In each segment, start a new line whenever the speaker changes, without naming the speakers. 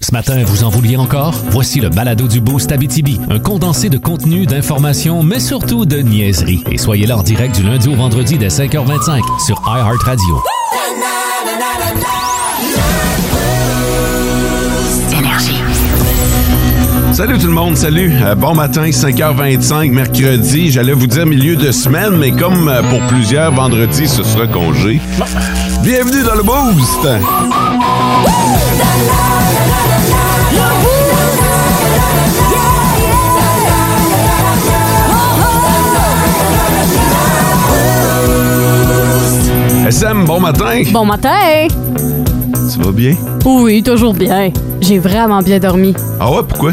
Ce matin, vous en vouliez encore? Voici le balado du Boost Abitibi, un condensé de contenu, d'informations, mais surtout de niaiseries. Et soyez là en direct du lundi au vendredi dès 5h25 sur iHeartRadio.
Salut tout le monde, salut. Euh, bon matin, 5h25, mercredi. J'allais vous dire milieu de semaine, mais comme euh, pour plusieurs, vendredi, ce sera congé. Bienvenue dans le Boost! SM, bon matin!
Bon matin!
Tu vas bien?
Oui, toujours bien. J'ai vraiment bien dormi.
Ah ouais, pourquoi?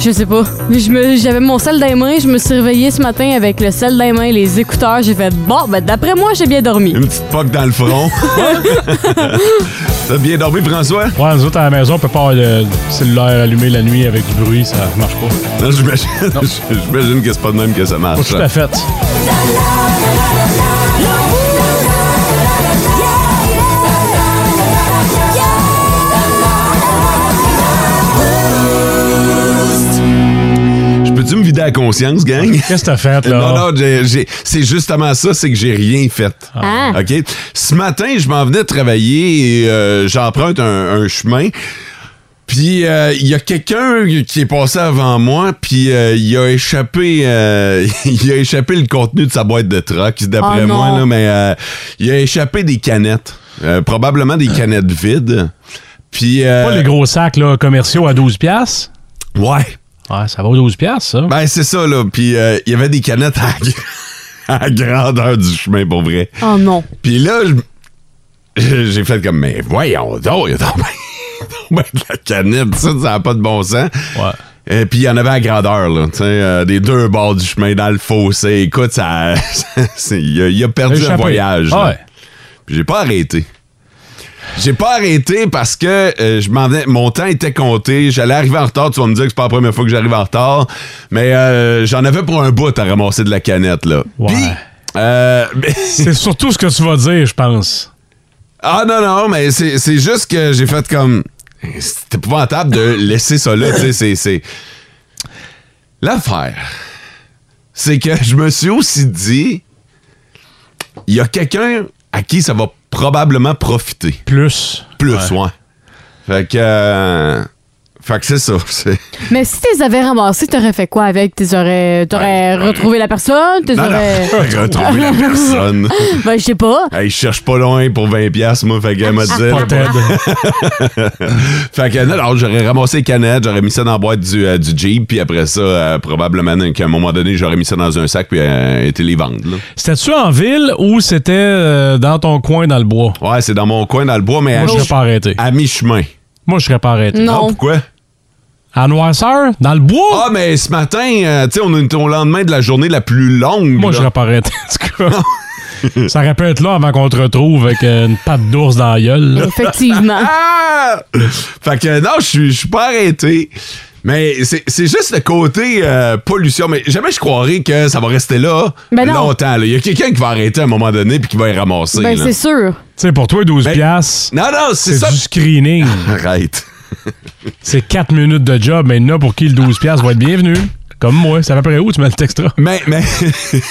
Je sais pas. Je me- J'avais mon sel dans les mains, je me suis réveillée ce matin avec le sel dans les mains, les écouteurs. J'ai fait bon, ben d'après moi, j'ai bien dormi.
Une petite poque dans le front. T'as bien dormi, François?
Ouais, nous autres à la maison, on peut pas avoir le cellulaire allumé la nuit avec du bruit, ça marche pas.
Non, j'imagine, j'imagine que c'est pas de même que ça
Pas
marche.
tout à fait.
Je peux-tu me vider la conscience, gang?
Qu'est-ce que t'as fait, là?
Non, non, j'ai- j'ai- c'est justement ça, c'est que j'ai rien fait.
Ah.
OK? Ce matin, je m'en venais travailler et euh, j'emprunte un, un chemin. Puis, euh, il y a quelqu'un qui est passé avant moi, puis euh, il a échappé euh, il a échappé le contenu de sa boîte de troc, d'après
Oh non.
moi, là, mais euh, il a échappé des canettes. Euh, probablement des canettes vides. Puis, euh,
Pas les gros sacs là, commerciaux à 12$. piastres.
Ouais.
Ouais, ça vaut 12$, piastres, ça.
Ben, c'est ça, là. Puis, euh, il y avait des canettes à, la- à la grandeur du chemin, pour vrai.
Oh non.
Puis là, je- j'ai fait comme, mais voyons donc, il y a donc ben- donc ben de la canette, ça, ça n'a pas de bon sens.
Ouais.
Et puis, il y en avait à grandeur, là, tu sais, euh, des deux bords du chemin dans le fossé. Écoute, ça, c'est- il, a, il a perdu
Échappé.
un voyage. là.
Ouais.
Puis j'ai pas arrêté. J'ai pas arrêté parce que euh, je m'en venais- mon temps était compté. J'allais arriver en retard. Tu vas me dire que c'est pas la première fois que j'arrive en retard. Mais euh, j'en avais pour un bout à ramasser de la canette, là.
Ouais.
Puis, euh, mais-
C'est surtout ce que tu vas dire, je pense.
ah non, non, mais c'est c'est juste que j'ai fait comme. C'est épouvantable de laisser ça là. tu sais, c'est- c'est. L'affaire, c'est que je me suis aussi dit. Il y a quelqu'un à qui ça va probablement profiter.
Plus.
plus, ouais. Fait que. euh, fait que c'est ça. c'est-
Mais si tu les avais ramassés, t'aurais fait quoi avec? T'es aurais, t'aurais
Ben,
retrouvé la personne? T'es
Non, non,
aurais.
retrouver la personne.
ben, je sais pas.
Hey, je cherche pas loin pour 20$, piastres, moi. Fait que, m'a dit.
Ah, Pas Ted.
Fait que, non, alors, j'aurais ramassé les canettes, j'aurais mis ça dans la boîte du, euh, du Jeep, puis après ça, euh, probablement qu'à un moment donné, j'aurais mis ça dans un sac, puis euh, été les vendre, là.
C'était-tu en ville ou c'était euh, dans ton coin dans le bois?
Ouais, c'est dans mon coin, dans le bois, mais à,
Moi, je
mi-
serais pas arrêté.
à mi-chemin.
Moi, je serais pas arrêté.
Ah,
Non.
pourquoi?
À noirceur? Dans le bois?
Ah, mais ce matin, euh, tu sais, on est au lendemain de la journée la plus longue.
Moi,
là.
je serais pas arrêté, en tout cas. ça aurait pu être là avant qu'on te retrouve avec euh, une patte d'ours dans la gueule. là.
Effectivement.
Ah! Fait que non, je suis- je suis pas arrêté. Mais c'est c'est juste le côté euh, pollution. Mais jamais je croirais que ça va rester là
Ben non.
longtemps. là. Il y a quelqu'un qui va arrêter à un moment donné puis qui va y ramasser.
ben,
là.
c'est sûr.
Tu sais, pour toi, 12
Ben,
piastres,
Non, non, c'est
c'est
ça.
du screening.
Arrête.
C'est 4 minutes de job, mais il y en a pour qui le 12 piastres va être bienvenu. Comme moi, c'est à peu près où tu mets le textra.
Mais, mais,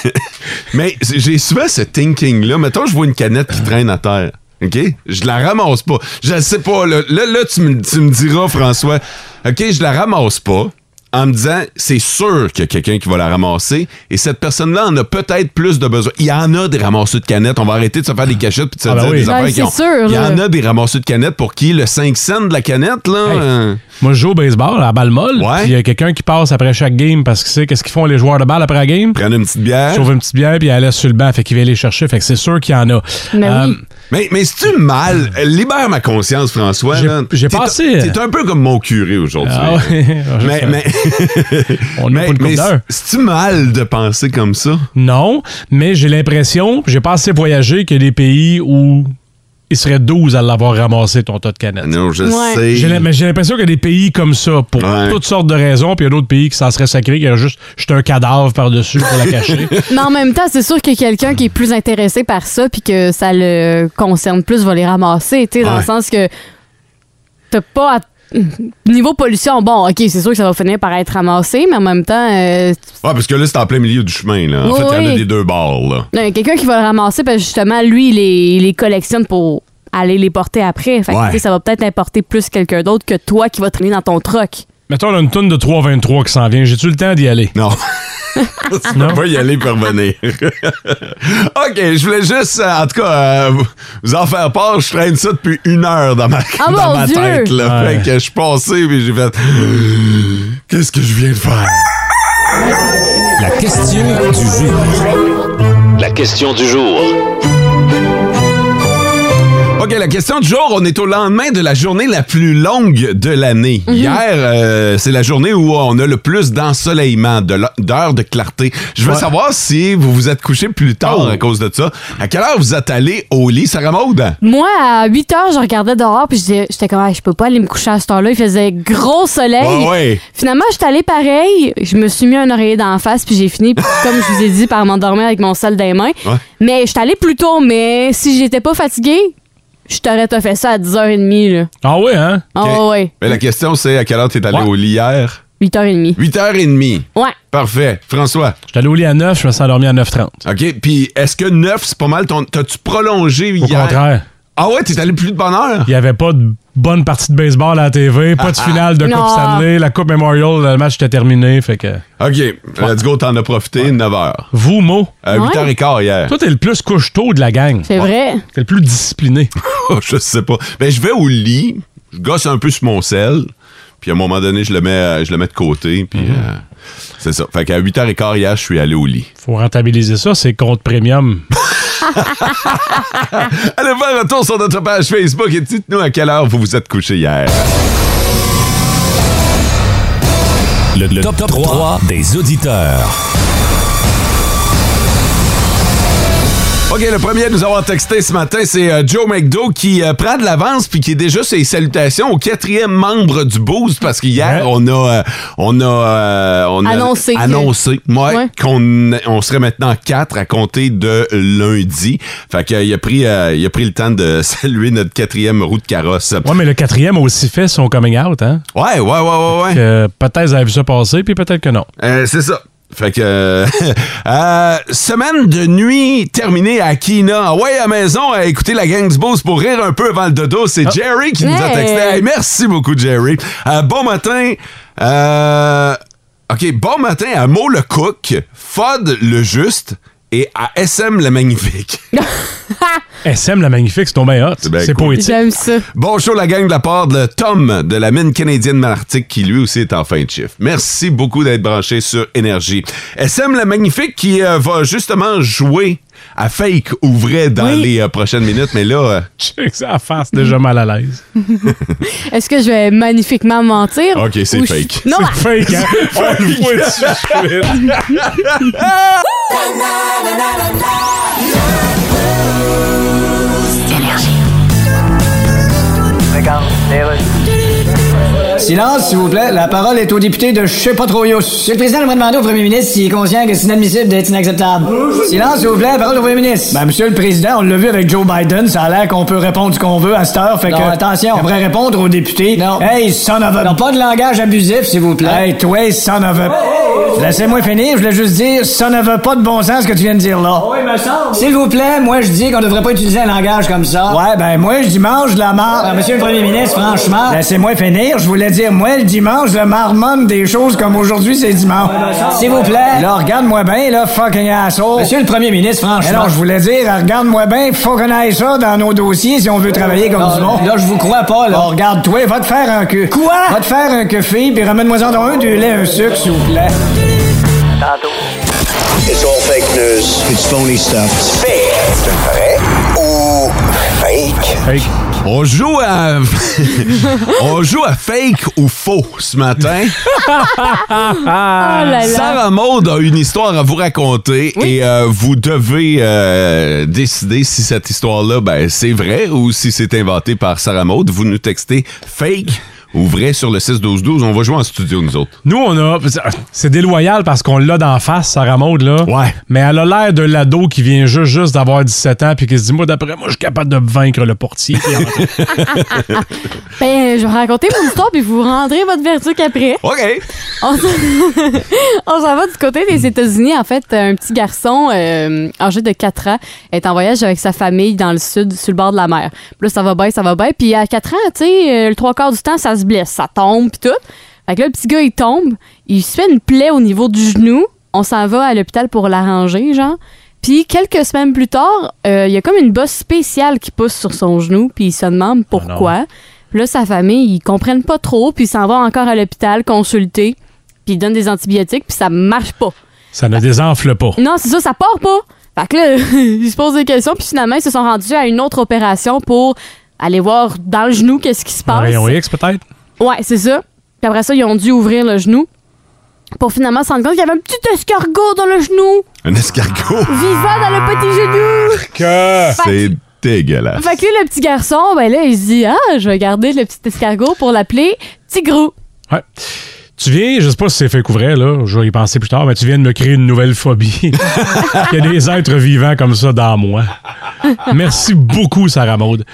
mais c'est- j'ai souvent ce thinking-là. Mettons, je vois une canette qui traîne à terre. OK? Je la ramasse pas. Je la sais pas. Là, là, là, tu, me, tu me diras, François, OK, je la ramasse pas en me disant, c'est sûr qu'il y a quelqu'un qui va la ramasser et cette personne-là en a peut-être plus de besoin. Il y en a des ramasseurs de canettes. On va arrêter de se faire des cachettes puis de se
Ah ben
dire
oui.
des
Ben,
affaires qui
c'est
ont.
sûr,
Il y en
là.
a des ramasseurs de canettes pour qui le 5 cents de la canette, là.
Hey.
euh,
Moi, je joue au baseball à balle molle.
Ouais.
puis Il y a quelqu'un qui passe après chaque game parce qu'il sait qu'est-ce qu'ils font les joueurs de balle après la game.
prennent une petite bière.
Sauve une petite bière puis elle laisse sur le banc. Fait qu'il va aller chercher. Fait que c'est sûr qu'il y en a.
Mais
Euh,
oui.
Mais, mais c'est-tu mal? Euh, Libère ma conscience, François.
J'ai-
là.
j'ai
T'es-
passé- euh,
T'es un peu comme mon curé aujourd'hui.
Ah ouais.
Mais, mais,
On est
mais,
pas une coupe
mais
d'heure.
c'est-tu mal de penser comme ça?
Non, mais j'ai l'impression, j'ai pas assez voyagé que des pays où il serait 12 à l'avoir ramassé ton tas de canettes.
Ben Non, je
Ouais.
sais.
J'ai l'im- mais j'ai l'impression qu'il y a des pays comme ça pour
Ouais.
toutes sortes de raisons, puis il y a d'autres pays qui s'en seraient sacrés, qui auraient juste jeté un cadavre par-dessus pour la cacher.
Mais en même temps, c'est sûr que quelqu'un qui est plus intéressé par ça puis que ça le concerne plus va les ramasser, tu sais, dans
Ouais.
le sens que t'as pas à Niveau pollution, bon, OK, c'est sûr que ça va finir par être ramassé, mais en même temps, euh,
Ouais, Ah, parce que là, c'est en plein milieu du chemin, là. En
Oui,
fait, il y en a
oui.
des deux bords, là.
non, il y a quelqu'un qui va le ramasser parce que justement, lui, il les, il les collectionne pour aller les porter après. Fait que,
Ouais.
tu sais, ça va peut-être importer plus quelqu'un d'autre que toi qui va traîner dans ton truck.
Mettons, on a une tonne de 3,23 qui s'en vient. J'ai-tu le temps d'y aller?
Non. tu peux
Non.
pas y aller pour revenir. OK, je voulais juste, euh, en tout cas, euh, vous- vous en faire part. Je traîne ça depuis une heure dans ma,
Ah,
dans
mon
ma
Dieu!
tête. Là.
Ouais.
Fait que je suis passé et j'ai fait Qu'est-ce que je viens de faire?
La question du jour.
La question du jour.
OK, la question du jour, on est au lendemain de la journée la plus longue de l'année.
Mhm.
Hier, euh, c'est la journée où on a le plus d'ensoleillement, de l'he- d'heures de clarté. Je veux
Ouais.
savoir si vous vous êtes couché plus tard
Oh.
à cause de ça. À quelle heure vous êtes allé au lit, Sarah Maud?
Moi, à 8 heures, je regardais dehors puis je disais- j'étais comme, Ah, je peux pas aller me coucher à cette heure-là. Il faisait gros soleil.
Ouais, ouais.
Finalement, j'étais allée pareil. Je me suis mis un oreiller d'en face puis j'ai fini, comme je vous ai dit, par m'endormir avec mon sel dans les mains.
Ouais.
Mais j'étais allée plus tôt, mais si j'étais pas fatiguée, je t'aurais pas fait ça à 10h30. Là.
Ah oui, hein?
Ah
OK.
ouais, ouais,
Mais la question, c'est à quelle heure t'es allé
Ouais.
au lit hier?
8h30.
8h30.
Ouais.
Parfait. François,
J'étais allé au lit à 9, je me suis endormi à 9h30.
OK? Puis est-ce que 9, c'est pas mal? ton- T'as-tu prolongé
Au
hier?
contraire,
Ah ouais, t'es allé plus de bonne heure?
il n'y avait pas de bonne partie de baseball à la TV, pas
Ah,
de finale de Coupe
Non.
Stanley, la Coupe Memorial, le match était terminé. Fait que.
OK, let's go, t'en as profité, 9h.
Vous, Mo,
Euh,
Ouais.
8h15 hier.
toi, t'es le plus couche-tôt de la gang.
C'est vrai.
T'es le plus discipliné.
Oh, je sais pas. Ben, je vais au lit, je gosse un peu sur mon sel, puis à un moment donné, je le mets, euh, je le mets de côté, puis euh, c'est ça. Fait qu'à 8h15 hier, je suis allé au lit.
Faut rentabiliser ça, c'est compte premium.
Allez faire un tour sur notre page Facebook et dites-nous à quelle heure vous vous êtes couché hier.
Le, le top, 3 des auditeurs.
OK, le premier à nous avoir texté ce matin, c'est euh, Joe McDo qui euh, prend de l'avance puis qui est déjà ses salutations au quatrième membre du Boost parce
Ouais.
qu'hier, on a, euh, on a, euh, on a
Annoncé que-
annoncé, ouais,
Ouais.
qu'on on serait maintenant quatre à compter de lundi. Fait que, euh, il a pris, euh, il a pris le temps de saluer notre quatrième roue de carrosse.
Ouais, mais le quatrième a aussi fait son coming out, hein?
Ouais, ouais, ouais, ouais, ouais.
Que peut-être vous avez vu ça passer, puis peut-être que non.
Euh, c'est ça. Fait que euh, euh, semaine de nuit terminée à Kina. Ouais, à maison à écouter la gang du Bose pour rire un peu avant le dodo. C'est Jerry qui nous a
Hey!
texté. Hey, merci beaucoup, Jerry. Euh, bon matin. euh, OK, bon matin à Mo le Cook, Fod le Juste et à SM le Magnifique.
SM, Eh, la magnifique, c'est ton bien hot.
C'est bien
C'est
cool.
poétique.
J'aime ça.
Bon show, la gang de la part de Tom de la mine canadienne Malartic qui lui aussi est en fin de chiffre. Merci beaucoup d'être branché sur Énergie. SM le Magnifique qui euh, va justement jouer à fake ou vrai dans
Oui.
les euh, prochaines minutes, mais là, euh,
J'ai que ça à face déjà mal à l'aise.
Est-ce que je vais magnifiquement mentir?
Ok, c'est
Ou je-
fake.
Non, ah,
Fake, hein? On le voit tout de suite.
Silence, s'il vous plaît. La parole est au député de je sais pas trop Yous. Monsieur le Président, j'aimerais demander au premier ministre s'il est conscient que c'est inadmissible d'être inacceptable. Silence, s'il vous plaît. La parole au premier ministre. Ben, Monsieur le Président, on l'a vu avec Joe Biden. Ça a l'air qu'on peut répondre ce qu'on veut à cette heure. Fait que, attention. On pourrait répondre aux députés. Non. Hey, son of a... Non, pas de langage abusif, s'il vous plaît. Hey, toi, son of a... Laissez-moi finir. Je voulais juste dire, ça ne veut pas de bon sens ce que tu viens de dire là. Oui, me semble. S'il vous plaît, moi, je dis qu'on devrait pas utiliser un langage comme ça. Ouais, ben, moi, je dimanche, la marre. monsieur le premier ministre, franchement. Laissez-moi finir. Je voulais dire, moi, le dimanche, je marmonne des choses comme aujourd'hui, c'est dimanche. S'il vous plaît. Là, regarde-moi bien, là, fucking asshole. Monsieur le premier ministre, franchement. Non, je voulais dire, regarde-moi bien, faut qu'on aille ça dans nos dossiers si on veut travailler comme du monde. Ah, Là, je vous crois pas, là. regarde-toi, va te faire un queue. Quoi? Va te faire un queue, fille, puis ramène-moi-en dans un du lait, un sucre, s'il vous plaît.
It's all fake news. It's phony stuff. It's fake. C'est vrai ou fake?
Fake.
on joue à on joue à fake ou faux ce matin.
oh là là.
Sarah Maud a une histoire à vous raconter et euh, vous devez euh, décider si cette histoire-là, ben, c'est vrai ou si c'est inventé par Sarah Maud. Vous nous textez fake ou vrai sur le 6-12-12. On va jouer en studio, nous autres.
Nous, on a. C'est déloyal parce qu'on l'a d'en face, Sarah Maud, là.
Ouais.
Mais elle a l'air de l'ado qui vient juste, juste d'avoir 17 ans puis qui se dit Moi, d'après moi, je suis capable de vaincre le portier. Puis en-
Ben, je vais raconter mon histoire, puis vous rendrez votre verdict après.
OK.
On s'en on s'en va du côté des États-Unis. En fait, un petit garçon euh, âgé de 4 ans est en voyage avec sa famille dans le sud, sur le bord de la mer. Puis là, ça va bien, ça va bien. Puis à 4 ans, tu sais, euh, le trois quarts du temps, ça se blesse, ça tombe, puis tout. Fait que là, le petit gars, il tombe, il se fait une plaie au niveau du genou. On s'en va à l'hôpital pour l'arranger, genre. Puis quelques semaines plus tard, euh, il y a comme une bosse spéciale qui pousse sur son genou, puis il se demande pourquoi. Puis là, sa famille, ils comprennent pas trop, puis il s'en va encore à l'hôpital consulter, puis il donne des antibiotiques, puis ça marche pas.
ça ne désenfle pas.
Non, c'est ça, ça part pas. Fait que là, ils se posent des questions, puis finalement, ils se sont rendus à une autre opération pour aller voir dans le genou qu'est-ce qui se
Un
passe.
rayon X, peut-être
Ouais, c'est ça. Puis après ça, ils ont dû ouvrir le genou pour finalement se rendre compte qu'il y avait un petit escargot dans le genou,
Un escargot.
vivant dans le petit genou.
Que.
C'est dégueulasse.
Fait que lui, le petit garçon, ben là, il se dit Ah, je vais garder le petit escargot pour l'appeler Tigrou.
Ouais. Tu viens, je sais pas si c'est fait couvrir, là, je vais y penser plus tard, mais tu viens de me créer une nouvelle phobie. Il y a des êtres vivants comme ça dans moi. Merci beaucoup, Sarah Maud.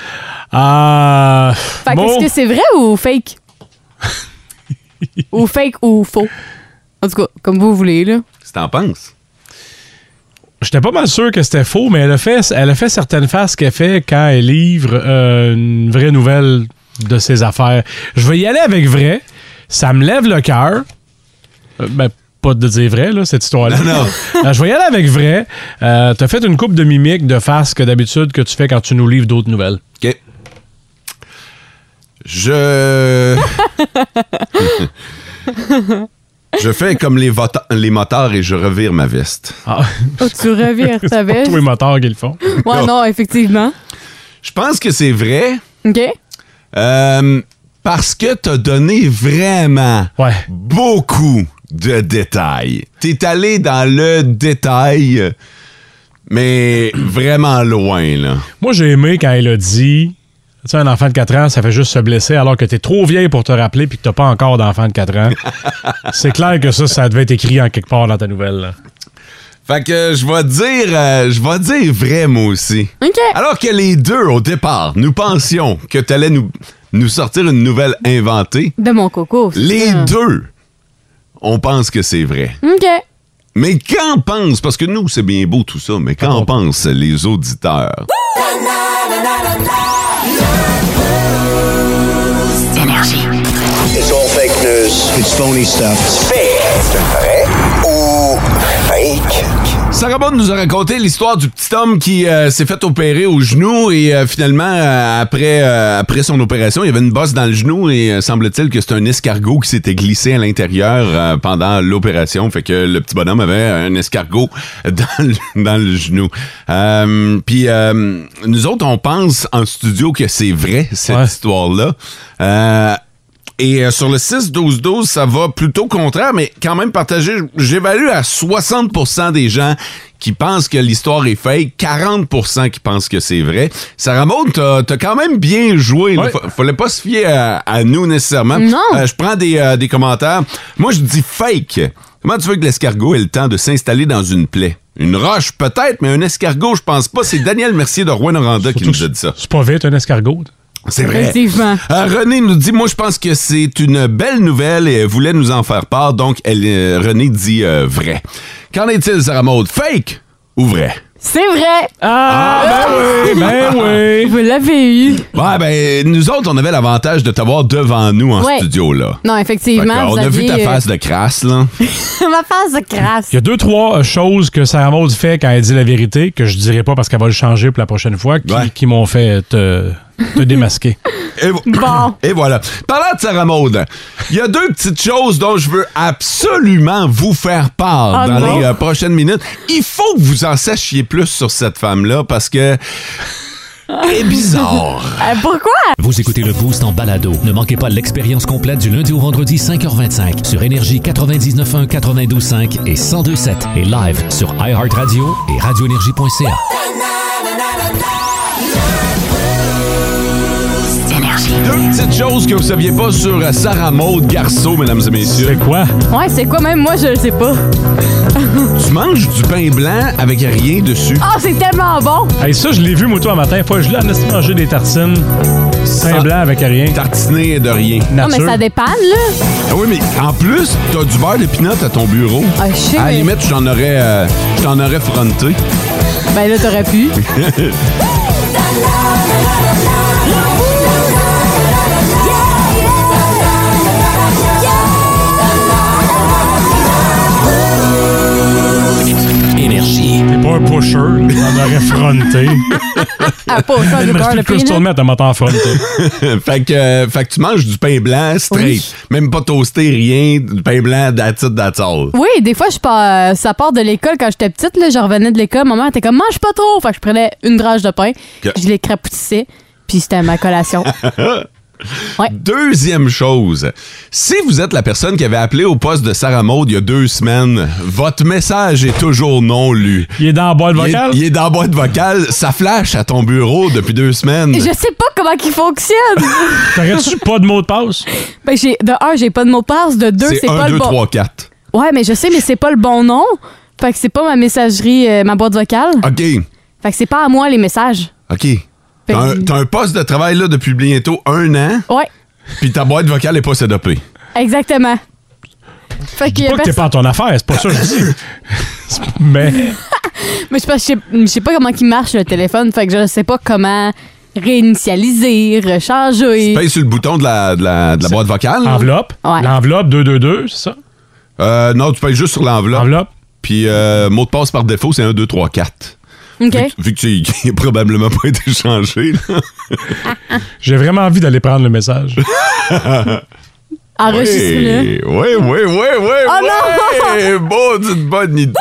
Euh,
Fait que
bon,
est-ce que c'est vrai ou fake? ou fake ou faux? En tout cas, comme vous voulez, là.
Qu'est-ce que t'en penses?
j'étais pas mal sûr que c'était faux, mais elle a fait, elle a fait certaines faces qu'elle fait quand elle livre euh, une vraie nouvelle de ses affaires. Je vais y aller avec vrai. Ça me lève le cœur. Euh, ben, pas de dire vrai, là, cette histoire-là.
Non,
Euh, je vais y aller avec vrai. Euh, T'as fait une coupe de mimiques de face que d'habitude que tu fais quand tu nous livres d'autres nouvelles.
OK. Je. je fais comme les, vota- les motards et je revire ma veste.
Ah,
Oh, tu revires ta
pas
veste.
tous les motards qui le font.
Ouais, non, effectivement.
Je pense que c'est vrai
OK?
euh, parce que t'as donné vraiment
Ouais.
beaucoup de détails. T'es allé dans le détail, mais vraiment loin, là.
Moi, j'ai aimé quand elle a dit. Tu sais, un enfant de 4 ans, ça fait juste se blesser alors que t'es trop vieille pour te rappeler puis que t'as pas encore d'enfant de 4 ans. C'est clair que ça, ça devait être écrit en quelque part dans ta nouvelle. là.
Fait que je vais dire, euh, je vais dire vrai, moi aussi.
OK.
Alors que les deux, au départ, nous pensions que t'allais nous, nous sortir une nouvelle inventée.
De mon coco. c'est
Les
ça.
deux, on pense que c'est vrai.
OK.
Mais qu'en pensent, parce que nous, c'est bien beau tout ça, mais qu'en pensent les auditeurs?
It's all fake news. It's phony stuff. C'est vrai ou fake?
Sarah Bond nous a raconté l'histoire du petit homme qui euh, s'est fait opérer au genou et euh, finalement, euh, après, euh, après son opération, il y avait une bosse dans le genou et euh, semble-t-il que c'est un escargot qui s'était glissé à l'intérieur euh, pendant l'opération. Fait que le petit bonhomme avait un escargot dans le, dans le genou. Euh, Puis euh, nous autres, on pense en studio que c'est vrai, cette
Ouais.
histoire-là. Euh, et euh, sur le 6-12-12, ça va plutôt contraire, mais quand même partagé. J'évalue à 60 des gens qui pensent que l'histoire est fake, 40 qui pensent que c'est vrai. Sarah Maud, t'as t'as quand même bien joué. là.
Ouais.
Fa- Fallait pas se fier à, à nous nécessairement.
Non.
Euh, Je prends des, euh, des commentaires. Moi, je dis fake. Comment tu veux que l'escargot ait le temps de s'installer dans une plaie? Une roche, peut-être, mais un escargot, je pense pas. C'est Daniel Mercier de Rouen-Noranda qui
Surtout
nous a dit ça.
C'est pas vite, un escargot.
C'est vrai.
Effectivement.
Euh, René nous dit, moi je pense que c'est une belle nouvelle et elle voulait nous en faire part, donc elle, euh, René dit euh, vrai. Qu'en est-il, Sarah Maud? Fake ou vrai?
C'est vrai.
Ah, ben oui, ben oui.
Vous l'avez eu.
Ouais, ben, nous autres, on avait l'avantage de t'avoir devant nous en
Ouais.
studio, là.
Non,
Fait que,
effectivement.
on
vous
a vu ta
aviez, euh,
face de crasse, là.
Ma face de crasse.
Il y a deux, trois euh, choses que Sarah Maud fait quand elle dit la vérité, que je dirais pas parce qu'elle va le changer pour la prochaine fois, qui,
Ouais.
qui m'ont fait te, te démasquer.
Et, vo-
Bon.
et voilà. Parlant de Sarah Maud, il y a deux petites choses dont je veux absolument vous faire part
Ah
dans
bon?
les euh, prochaines minutes. Il faut que vous en sachiez plus sur cette femme-là parce que. Elle est bizarre.
Euh, pourquoi?
Vous écoutez le Boost en balado. Ne manquez pas l'expérience complète du lundi au vendredi 5h25 sur Énergie 99.1, 92.5 et 102.7 et live sur iHeartRadio et radioénergie.ca.
Deux petites choses que vous saviez pas sur euh, Sarah Maud Garceau, mesdames et messieurs.
C'est quoi?
Ouais, c'est quoi même moi je le sais pas.
Tu manges du pain blanc avec rien dessus.
Ah, c'est tellement bon.
Hey, ça, je l'ai vu, moi, toi, un matin. Fois, je l'ai en manger des tartines. Pain
Sans
blanc avec rien.
Tartiner de rien.
Non, mais
Nature.
ça dépanne là.
Ah oui, mais en plus, t'as du beurre de pinot à ton bureau.
Ah, je sais.
À la
mais-
limite, j'en aurais, euh, je t'en aurais fronté.
Ben là t'aurais pu.
Euh,
Énergie.
T'es pas un pusher. On aurait fronté.
Ah, pas au sens
Il
du
me
beurre
reste
de
plus que se
peanut.
tourner à ton matin fronté.
fait, que, euh, fait que tu manges du pain blanc straight.
Oui.
Même pas toasté, rien. Du pain blanc, that's it, that's all.
Oui, des fois, je pars, euh, ça part de l'école. Quand j'étais petite, là, je revenais de l'école. Maman était comme, mange pas trop. Fait que je prenais une tranche de pain,
Ok.
je les crapoutissais, puis c'était ma collation.
Deuxième chose, si vous êtes la personne qui avait appelé au poste de Sarah Maud il y a deux semaines, votre message est toujours non lu.
Il est dans la boîte
Il est,
vocale?
il est dans la boîte vocale, ça flash à ton bureau depuis deux semaines.
je sais pas comment qu'il fonctionne.
T'aurais-tu pas de mot de passe?
ben, j'ai, de un, j'ai pas de mot de passe. De deux,
C'est
c'est pas
1, 2,
le bon.
3, 4.
Ouais, mais je sais, mais c'est pas le bon nom. Fait que c'est pas ma messagerie, euh, ma boîte vocale.
OK,
Fait que c'est pas à moi les messages.
OK.
Ben-
T'as un, t'as un poste de travail là depuis bientôt un an,
Ouais,
puis ta boîte vocale est pas sédopée.
exactement. Fait qu'il y a
Pas que t'es
personne-
pas en ton affaire, c'est pas ça que je dis. C'est- Mais
Mais je sais pas- je sais je sais pas comment il marche le téléphone, fait que je sais pas comment réinitialiser, rechanger.
Paye sur le bouton de la, de la, de la boîte vocale. là.
enveloppe,
Ouais.
l'envelope 222, c'est ça?
Euh, non, tu payes juste sur l'enveloppe.
Enveloppe.
Puis euh, mot de passe par défaut, c'est 1, 2, 3, 4.
OK.
Vu, que- vu que tu il a probablement pas été changé. là.
J'ai vraiment envie d'aller prendre le message.
Enregistre-le.
Oui, oui, oui, oui, oui. oui. Bon, c'est une bonne idée.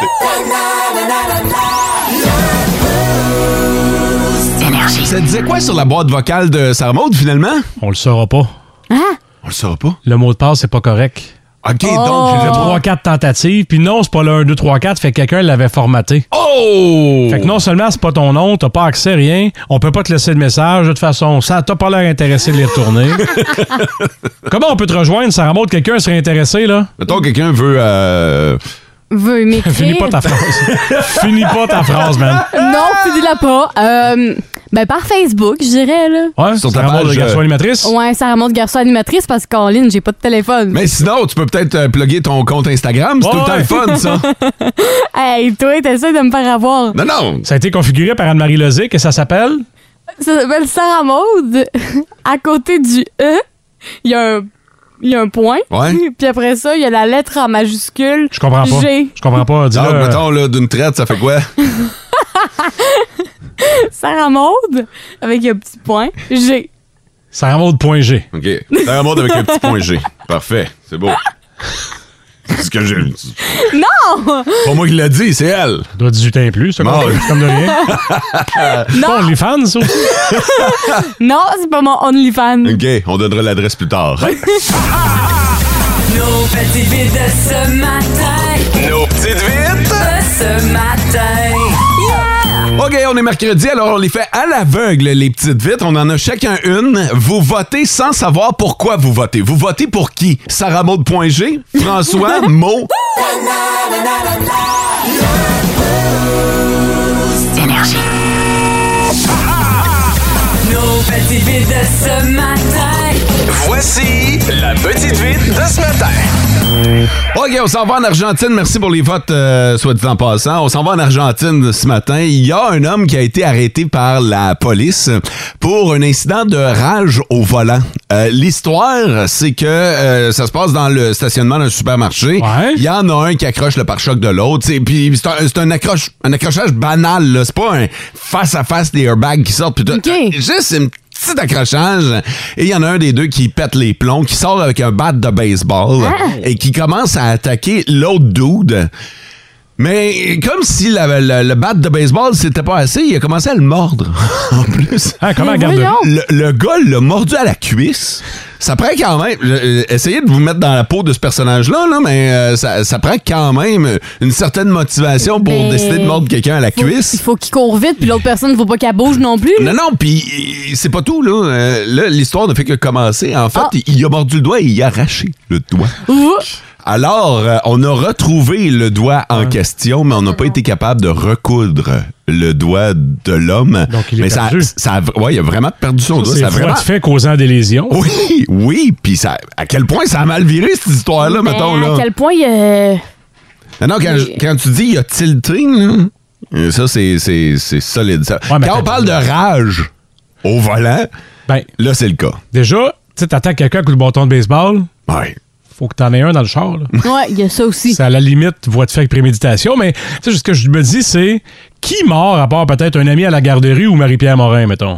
Ça disait quoi sur la boîte vocale de Sarah Maud, finalement?
On le saura pas.
On le saura pas.
Le mot de passe, c'est pas correct.
OK,
Oh.
donc...
J'ai
j'ai le droit-
3-4 tentatives, puis non, c'est pas le 1, 2, 3, 4, fait que quelqu'un l'avait formaté.
Oh!
Fait que non seulement c'est pas ton nom, t'as pas accès à rien, on peut pas te laisser de message, de toute façon, ça t'a pas l'air intéressé de les retourner. Comment on peut te rejoindre, Sarah Maud? Quelqu'un serait intéressé, là?
Mettons, quelqu'un veut... euh,
Veux m'écrire.
Finis pas ta phrase. Finis pas ta phrase, man.
Non, finis-la pas. Euh, ben, par Facebook, je dirais, là.
Ouais,
Sur ta
Sarah Maud,
page,
le garçon
euh,
animatrice?
Ouais, ça remonte garçon animatrice parce qu'en ligne, j'ai pas de téléphone.
Mais sinon, tu peux peut-être euh, plugger ton compte Instagram. C'est
Ouais,
tout le temps le fun, ça.
Hey, toi, t'essaies de me faire avoir.
Non, non.
Ça a été configuré par Anne-Marie Lozé, que ça s'appelle?
Ça s'appelle Sarah Maud. À côté du E, il y a un. Il y a un point.
Ouais.
Puis après ça, il y a la lettre en majuscule.
Je comprends pas.
G.
Je comprends pas. Dis-le,
Donc,
euh,
mettons, là, d'une traite, ça fait quoi?
Sarah Maud, avec un petit point. G.
Sarah Maud point G.
OK. Sarah Maud avec un petit point G. Parfait. C'est beau. C'est ce que j'ai... Non!
Oh!
Pas moi qui l'ai dit, c'est elle.
Ça doit 18 ans et plus, ça,
Non.
comme comme de rien. Pas OnlyFans, ça aussi.
Non, c'est pas mon OnlyFans.
OK, on donnera l'adresse plus tard.
Nos petites vites de ce matin,
Nos petites vites.
de ce matin.
OK, on est mercredi, alors on les fait à l'aveugle, les petites vites. On en a chacun une. Vous votez sans savoir pourquoi vous votez. Vous votez pour qui? Sarah Maud point G, François Maud.
Nos petites vites de ce matin,
Voici la petite vite de ce matin.
OK, on s'en va en Argentine. Merci pour les votes, euh, soit dit en passant. On s'en va en Argentine ce matin. Il y a un homme qui a été arrêté par la police pour un incident de rage au volant. Euh, L'histoire, c'est que euh, ça se passe dans le stationnement d'un supermarché.
Ouais.
Il y en a un qui accroche le pare-choc de l'autre. c'est- Puis c'est un, c'est un accroche, un accrochage banal. là. C'est pas un face-à-face des airbags qui sortent. puis tout. Euh,
OK.
Juste un petit accrochage. Et il y en a un des deux qui pète les plombs, qui sort avec un bat de baseball et qui commence à attaquer l'autre dude. Mais comme si la- la- le bat de baseball c'était pas assez, il a commencé à le mordre. en plus.
Ah, comment
Mais
garde
voyons.
Le, le gars l'a mordu à la cuisse. Ça prend quand même. je- euh, essayez de vous mettre dans la peau de ce personnage-là, là, mais euh, ça, ça prend quand même une certaine motivation pour
Ben,
décider de mordre quelqu'un à la
Faut-
cuisse.
Il faut qu'il court vite, puis l'autre personne, il faut pas qu'elle bouge non plus. là.
Non, non, puis euh, c'est pas tout, là. Euh, là, l'histoire ne fait que commencer. En fait,
Ah.
il, il a mordu le doigt et il a arraché le doigt.
Ouh.
Alors, euh, on a retrouvé le doigt en question, mais on n'a pas été capable de recoudre le doigt de l'homme.
Donc, il est
mais
perdu.
Ça, ça a- ouais, il a vraiment perdu son doigt.
C'est
Ça a
le froid
vraiment... Oh.
de fait causant des lésions.
Oui, oui, puis ça, à quel point ça a mal viré cette histoire-là,
Ben,
Ah, mettons. Là.
À quel point il. euh,
Non, non, quand, je-
Mais-
quand tu dis il y a tilting, là, euh, ça, c'est, c'est, c'est solide. Ça.
Ouais, mais
quand on
attends.
parle de rage au volant,
Ben,
là, c'est le cas.
déjà, tu sais, t'attaques quelqu'un avec le bâton de baseball,
Ouais.
faut que t'en aies un dans le char. Là.
Ouais, il y a ça aussi.
C'est à la limite voie de fait avec préméditation, mais tu sais, ce que je me dis, c'est qui mord à part peut-être un ami à la garderie ou Marie-Pierre Morin, mettons?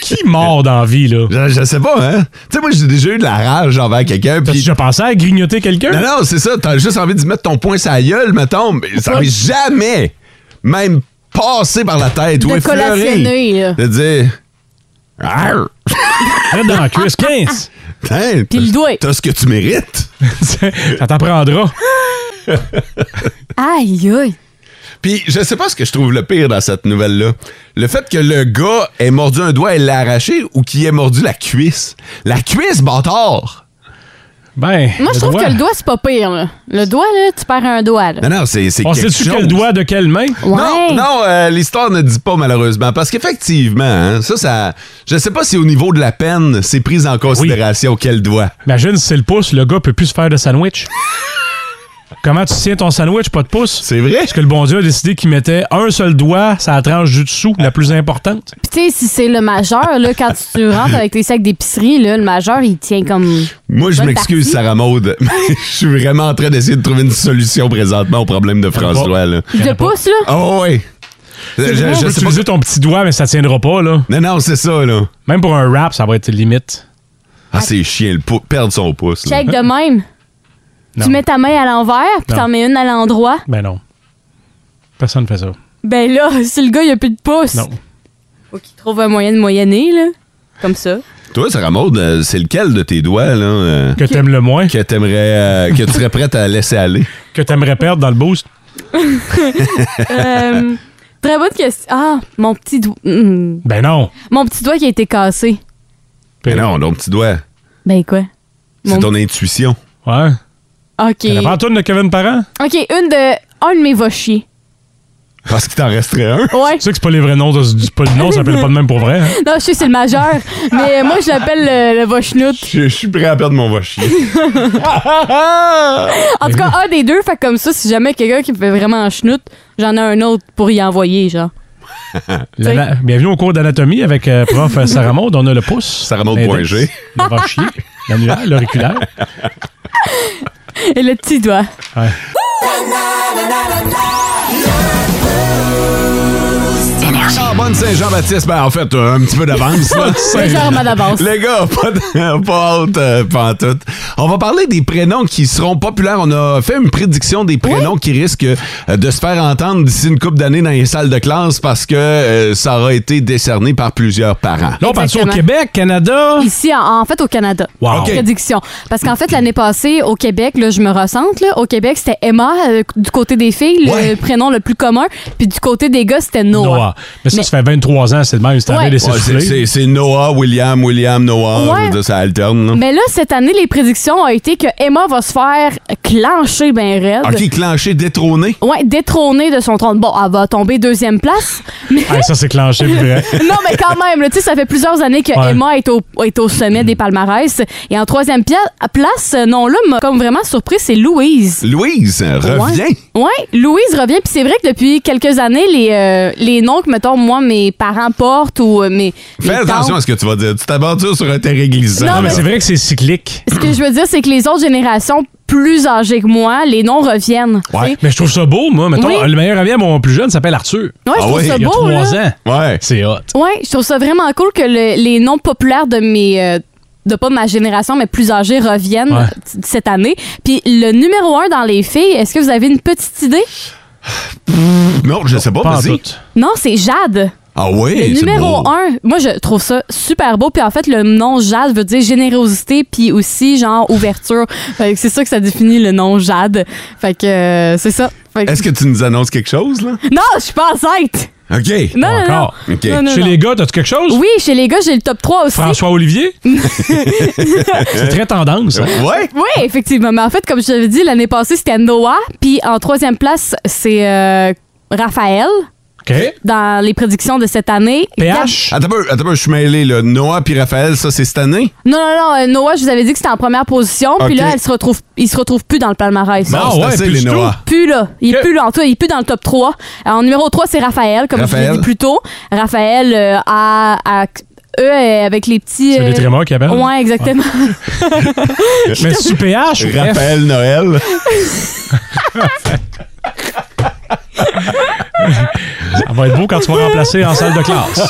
qui mord dans la vie, là?
Je, je sais pas, hein. Tu sais, moi, j'ai déjà eu de la rage envers quelqu'un.
T'as
Puis...
déjà pensé à grignoter
Non,
quelqu'un?
non, c'est ça. T'as juste envie de mettre ton poing sur la gueule, mettons. Mais ça m'est jamais même passé par la tête ou
De
effleuré.
collationner, là.
De dire... Arr!
Arrête dans la cuisse, 15!
Hein,
Puis le doigt.
T'as ce que tu mérites.
Ça t'apprendra.
Aïe, aïe.
Puis je sais pas ce que je trouve le pire dans cette nouvelle-là. Le fait que le gars ait mordu un doigt et l'a arraché ou qu'il ait mordu la cuisse. La cuisse, bâtard!
Ben,
Moi, je trouve
doigt.
que le doigt, c'est pas pire, là. Le doigt, là, tu perds un doigt, là.
Non, non, c'est c'est
On
quelque
sait-tu
chose.
quel doigt de quelle main?
Ouais.
Non, non, euh, l'histoire ne dit pas malheureusement. Parce qu'effectivement, hein, ça, ça. Je sais pas si au niveau de la peine, c'est pris en considération quel doigt.
Imagine si c'est le pouce, le gars peut plus se faire de sandwich. Comment tu tiens ton sandwich, pas de pouce?
C'est vrai?
Parce que le bon Dieu a décidé qu'il mettait un seul doigt sur la tranche du dessous, la plus importante.
Puis, tu sais, si c'est le majeur, là, quand tu rentres avec tes sacs d'épicerie, là, le majeur, il tient comme.
Moi, je
Bonne
m'excuse,
partie.
Sarah Maude, mais je suis vraiment en train d'essayer de trouver une solution présentement au problème de François. Là.
De pouce, là.
Oh, ouais. Je,
Je,
je sais pas.
utiliser ton petit doigt, mais ça tiendra pas, là.
Non, non, c'est ça, là.
Même pour un rap, ça va être limite.
Ah, c'est chiant, le pou- perdre son pouce. là.
Check de même.
Non.
Tu mets ta main à l'envers, puis
Non.
t'en mets une à l'endroit.
Ben non. Personne fait ça.
Ben là, si le gars, il a plus de pouce.
Non.
Faut qu'il trouve un moyen de moyenner, là. Comme ça.
Toi, Sarah Maude, euh, c'est lequel de tes doigts, là, euh,
Que t'aimes le moins,
que t'aimerais. euh, que tu serais prête à laisser aller?
que t'aimerais perdre dans le boost.
Euh, très bonne question. Ah, mon petit doigt. Hmm.
Ben non.
Mon petit doigt qui a été cassé.
Mais non, ton petit doigt.
Ben quoi?
C'est
Mon-
ton intuition.
Ouais.
OK.
T'en as de Kevin Parent?
OK, une de. Un de mes va chier.
Parce qu'il t'en resterait un.
Ouais.
Tu sais que c'est pas les vrais noms, ça se dit pas le nom, ça s'appelle pas de même pour vrai. hein?
Non, je sais, c'est le majeur. mais moi, je l'appelle le, le vachenoute.
Je, je suis prêt à perdre mon va chier.
En tout
Ben,
cas, un des deux, fait comme ça, si jamais quelqu'un qui me fait vraiment un chenoute, j'en ai un autre pour y envoyer, genre.
La- la- Bienvenue au cours d'anatomie avec euh, prof euh, Sarah Maud. On a le pouce.
Sarah Maud point
l'index,
G.
Le branchier, l'annulaire, l'auriculaire.
Et le petit doigt.
Ouais.
Ah, bonne Saint-Jean-Baptiste. Ben, en fait, euh, un petit peu d'avance. là.
Légèrement d'avance.
Les gars, pas, de- pas haute, euh, pas en tout. On va parler des prénoms qui seront populaires. On a fait une prédiction des prénoms qui risquent euh, de se faire entendre d'ici une couple d'années dans les salles de classe parce que euh, ça aura été décerné par plusieurs parents.
Là, on parle au
Exactement.
Québec, Canada.
Ici, en, en fait, au Canada.
Wow.
OK.
Prédiction. Parce qu'en fait, l'année passée, au Québec, là, je me ressente, là, au Québec, c'était Emma, euh, du côté des filles,
Ouais.
le prénom le plus commun. Puis du côté des gars, c'était Noah.
Noah. Mais ça, ça fait 23 ans, c'est le même. C'est
Ouais.
arrivé
Ouais, c'est-
d'essayer
c'est c'est Noah, William, William, Noah.
Ouais.
Je veux dire, ça alterne. là.
Mais là, cette année, les prédictions ont été que Emma va se faire clencher ben raide.
OK, clenché, détrôné.
Ouais, détrônée de son trône. Bon, elle va tomber deuxième place. Mais
Ah, ça, c'est clenché, pour vrai.
non, mais quand même, là, tu sais, ça fait plusieurs années que
Ouais.
Emma est au, est au sommet des palmarès. Et en troisième pia- place, euh, non, là, m'a comme vraiment surpris, c'est Louise.
Louise, reviens.
Ouais, Ouais, Louise revient. Puis c'est vrai que depuis quelques années, les, euh, les noms que, mettons, moi, mes parents portent ou euh, mes.
Fais
mes
attention à
tantes-
ce que tu vas dire. Tu t'aventures sur un terrain glissant.
Non,
Ah,
là.
mais c'est vrai que c'est cyclique.
Ce que je veux dire, c'est que les autres générations plus âgées que moi, les noms reviennent. tu sais.
Ouais.
Mais je trouve ça beau, moi. Mettons,
Oui.
le meilleur ami à mon plus jeune s'appelle Arthur.
Ouais, je
Ah
trouve
ouais,
ça
Il y a
beau. là.
3 ans.
Ouais.
C'est hot.
Ouais, je trouve ça vraiment cool que le- les noms populaires de mes euh, de pas ma génération, mais plus âgés reviennent
Ouais.
t- cette année. Puis le numéro un dans les filles, est-ce que vous avez une petite idée?
Non, je sais pas,
Pas en
vas-y.
doute.
Non, c'est Jade.
Ah oui,
le
c'est
numéro
beau.
un, moi je trouve ça super beau. Puis en fait, le nom Jade veut dire générosité, puis aussi genre ouverture. Fait que c'est ça que ça définit le nom Jade. Fait que euh, c'est ça. Fait que-
Est-ce que tu nous annonces quelque chose, là?
Non, je suis pas enceinte.
OK.
Non, non, non.
encore.
OK.
Non, non,
Chez
non.
les gars, t'as-tu quelque chose?
Oui, chez les gars, j'ai le top 3 aussi.
François Olivier? c'est très tendance. ça.
Ouais?
Oui, effectivement. Mais en fait, comme je t'avais dit, l'année passée, c'était Noah. Puis en troisième place, c'est euh, Raphaël
OK.
dans les prédictions de cette année. Gab-
PH?
Attends, un peu, attends, un peu, je suis mêlé, là. Noah puis Raphaël, ça, c'est cette année?
Non, non, non. euh, Noah, je vous avais dit que c'était en première position.
Ok.
Puis là, elle se retrouve, il se retrouve plus dans le palmarès.
Bon. Ah
c'est
ouais,
assez,
puis
les
c'est tout.
Noah.
Plus là. Il est
Ok.
plus là. En tout cas, il est plus dans le top 3. en numéro 3, c'est Raphaël, comme je
Raphaël.
l'ai dit plus tôt. Raphaël euh, a, a- eux, euh, avec les petits.
C'est
euh,
les trémors qui appellent.
Ouais, exactement.
Mais c'est PH ou F?
Raphaël Noël.
Ça va être beau quand tu vas remplacer en salle de classe.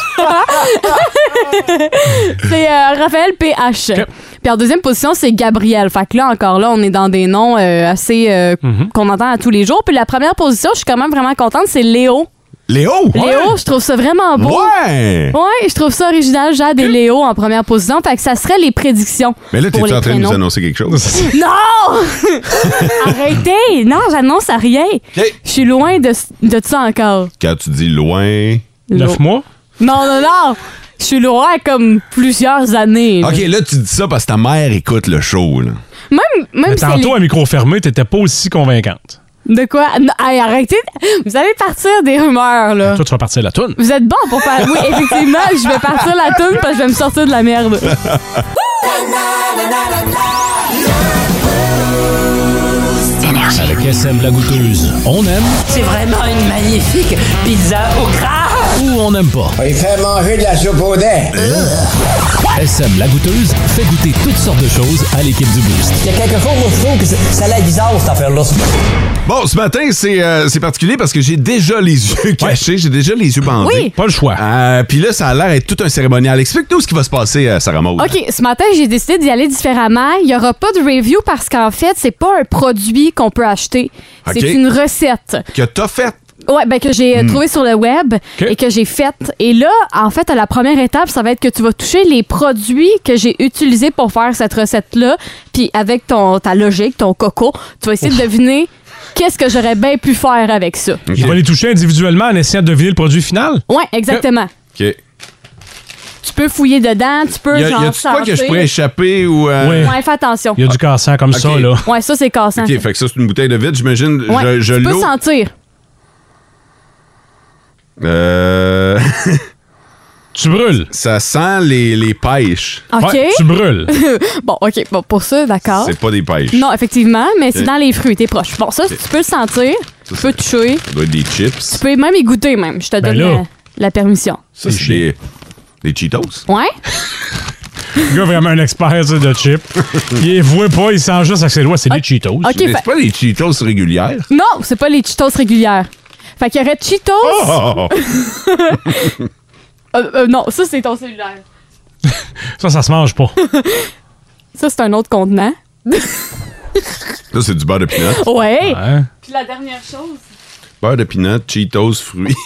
C'est euh, Raphaël PH.
Ok.
Puis en deuxième position, c'est Gabriel. Fait que là, encore là, on est dans des noms euh, assez euh,
Mhm.
qu'on entend à tous les jours. Puis la première position, je suis quand même vraiment contente, c'est Léo.
Léo?
Léo, je trouve ça vraiment beau.
Ouais!
Ouais, je trouve ça original, Jade et Léo en première position. Fait que ça serait les prédictions.
Mais là,
pour
t'es-tu
les
en train de nous
prénoms.
annoncer quelque chose?
Non! Arrêtez! Non, j'annonce à rien.
OK.
Je suis loin de, de ça encore.
Quand tu dis loin.
Léo.
Neuf mois?
Non, non, non! Je suis loin comme plusieurs années. là.
OK, là, tu dis ça parce que ta mère écoute le show, là.
Même, même
Mais
si elle
tantôt, à micro fermé, t'étais pas aussi convaincante.
De quoi? Non, hey, arrêtez! Vous allez partir des rumeurs, là.
Toi, tu vas partir la toune.
Vous êtes bon pour faire. Oui, effectivement, je vais partir la toune parce que je vais me sortir de la merde.
Avec SM la goûteuse, on aime
C'est vraiment une magnifique pizza au gras.
ou on n'aime pas.
Il fait manger de la soupe au lait.
SM la goûteuse fait goûter toutes sortes de choses à l'équipe du Boost.
Il y a quelquefois où je trouve que c'est- ça a l'air bizarre, cette affaire-là.
Bon, ce matin, c'est euh, c'est particulier parce que j'ai déjà les yeux cachés, j'ai déjà les yeux bandés.
Oui.
Pas le choix.
Euh, Puis là, ça a l'air d'être tout un cérémonial. Explique-nous ce qui va se passer, euh, Sarah Maud.
OK, ce matin, j'ai décidé d'y aller différemment. Il n'y aura pas de review parce qu'en fait, c'est pas un produit qu'on peut acheter. C'est
OK.
une recette.
Que t'as fait.
Ouais, ben que
Hmm.
j'ai euh, trouvé sur le web et que j'ai faite. Et là, en fait, à la première étape, ça va être que tu vas toucher les produits que j'ai utilisés pour faire cette recette-là. Puis avec ton ta logique, ton coco, tu vas essayer de deviner qu'est-ce que j'aurais bien pu faire avec ça.
Il va les toucher individuellement en essayant de deviner le produit final.
Ouais, exactement.
OK.
Tu peux fouiller dedans, tu peux
Y a, y
genre
a-tu de quoi que je
sentir.
pourrais échapper ou. euh,
Oui.
Ouais, fais attention.
Il y a du cassant comme ça, là.
Ouais, ça c'est cassant.
OK, fait que ça, c'est une bouteille de vide, j'imagine.
Ouais,
Je, je
tu peux
l'eau.
sentir.
Euh,
Tu brûles.
ça sent les, les pêches.
OK.
Ouais, tu brûles.
Bon, OK, bon pour ça, d'accord.
C'est pas des pêches.
Non, effectivement, mais c'est
Ok.
dans les fruits, t'es proche. Bon, ça, tu peux le sentir, tu peux toucher,
Ça doit être des chips.
tu peux même y goûter même. Je te
Ben
donne
là.
la, la permission.
Ça, c'est des, des Cheetos.
Ouais?
Le gars, vraiment un expert ça, de chips. Il les voit pas, il sent juste avec ses doigts, c'est des Cheetos.
OK,
Mais
fait-
c'est pas des Cheetos régulières.
Non, c'est pas les Cheetos régulières. Fait qu'il y aurait Cheetos.
Oh!
Euh, euh, non, ça, c'est ton cellulaire.
Ça, ça se mange pas.
Ça, c'est un autre contenant.
Là, c'est du beurre de pinot.
Ouais.
Hein?
Puis la dernière chose.
Beurre de pinot, Cheetos, fruits.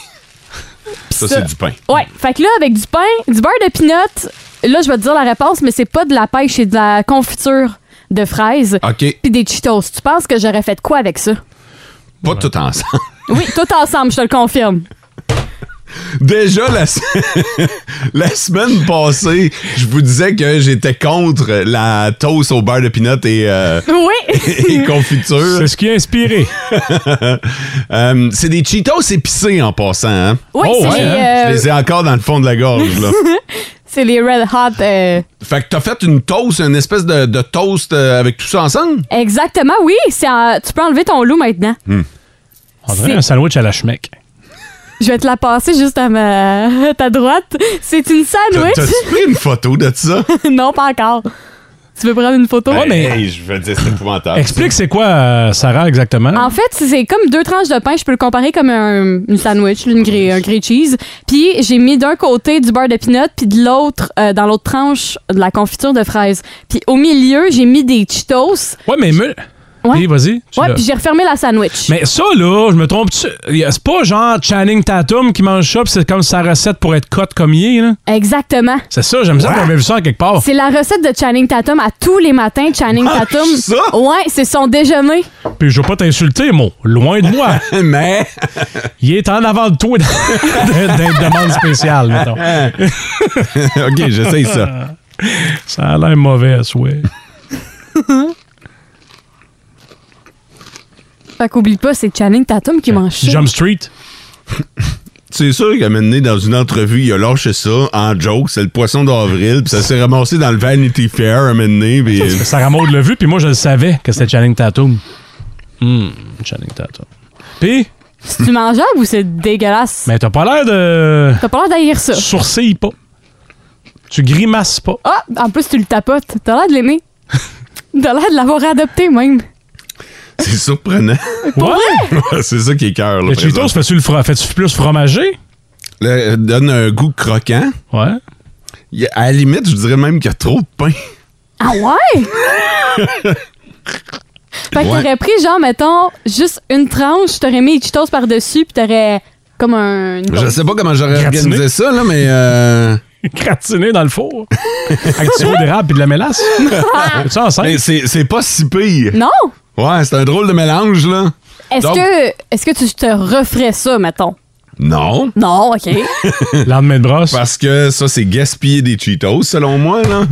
ça,
ça-
c'est du pain.
Ouais. Fait que là, avec du pain, du beurre de peanut, là, je vais te dire la réponse, mais c'est pas de la pêche, c'est de la confiture de fraises.
OK,
Puis des Cheetos. Tu penses que j'aurais fait quoi avec ça?
pas tout ensemble.
Oui, tout ensemble, je te le confirme.
Déjà, la, se- la semaine passée, je vous disais que j'étais contre la toast au beurre de pinot et, euh,
Oui!
et confiture.
C'est ce qui a inspiré.
Euh, c'est des Cheetos épicés en passant. hein.
Oui,
Oh,
c'est
ouais,
les,
hein?
Je
euh,
les ai encore dans le fond de la gorge. Là.
c'est les Red Hot. euh,
fait que t'as fait une toast, une espèce de, de toast euh, avec tout ça ensemble?
Exactement, oui. c'est en- Tu peux enlever ton loup maintenant.
On dirait un sandwich à la schmeck.
Je vais te la passer juste à, ma... à ta droite. C'est une
T'as-
sandwich?
T'as-tu pris une photo de ça?
non, pas encore. Tu veux prendre une photo?
Ben,
Hey, hey, je veux dire, c'est épouvantable.
Explique c'est quoi, euh, Sarah, exactement.
En fait, c'est comme deux tranches de pain. Je peux le comparer comme un, une sandwich, une gré, un grilled cheese. Puis j'ai mis d'un côté du beurre de peanut, puis de l'autre, euh, dans l'autre tranche, de la confiture de fraises. Puis au milieu, j'ai mis des Cheetos.
Ouais, mais... me-
Ouais.
Puis, vas-y. tu
Ouais,
l'as.
puis j'ai refermé la sandwich.
Mais ça, là, je me trompe-tu? Y a- C'est pas genre Channing Tatum qui mange ça, pis c'est comme sa recette pour être cote comme il est, là?
Exactement.
C'est ça, j'aime ça, j'avais vu ça quelque
Oh.
part.
C'est la recette de Channing Tatum à tous les matins. Channing Tatum.
ça?
Ouais, c'est son déjeuner.
Puis je veux pas t'insulter, mon. Loin de moi.
Mais,
Il est en avant de toi dans dans- dans une demande spéciale, mettons.
ok, j'essaye ça.
Ça a l'air mauvais à souhait.
Fait qu'oublie pas, c'est Channing Tatum
Ben,
qui mange ça.
Jump Street.
C'est sûr qu'à un moment donné, dans une entrevue, il a lâché ça en joke, c'est le poisson d'avril, puis ça s'est ramassé dans le Vanity Fair à un moment donné, puis
Sarah Maud l'a vu, puis moi, je le savais que c'était Channing Tatum.
Hmm,
Hum, Channing Tatum. Puis,
C'est-tu mangeable ou c'est
Ben.
dégueulasse?
mais t'as pas l'air de.
T'as pas l'air d'haïr ça.
sourcille pas. Tu grimaces pas.
Ah, en plus, tu le tapotes. T'as l'air de l'aimer. T'as l'air de l'avoir adopté, même.
c'est surprenant.
Ouais!
c'est ça qui est cœur, là.
Le
par
Cheetos,
exemple.
fais-tu le fra- fais-tu plus fromager?
Le- euh, donne un goût croquant.
Ouais.
Il y a- à la limite, je dirais même qu'il y a trop de pain.
Ah ouais? fait que
Ouais.
t'aurais pris, genre, mettons, juste une tranche, t'aurais mis les Cheetos par-dessus, puis t'aurais comme un... une
Je sais pas comment j'aurais
Gratiné.
organisé ça, là, mais euh,
Gratiné dans le four. Avec du sirop d'érable et de la mélasse. C'est ça
mais
ensemble?
c'est c'est pas si pire.
Non?
Ouais, c'est un drôle de mélange, là.
Est-ce
Donc-
que, est-ce que tu te referais ça, mettons?
Non.
Non, OK.
Lendemain de brosse.
Parce que ça, c'est gaspiller des Cheetos, selon moi, là.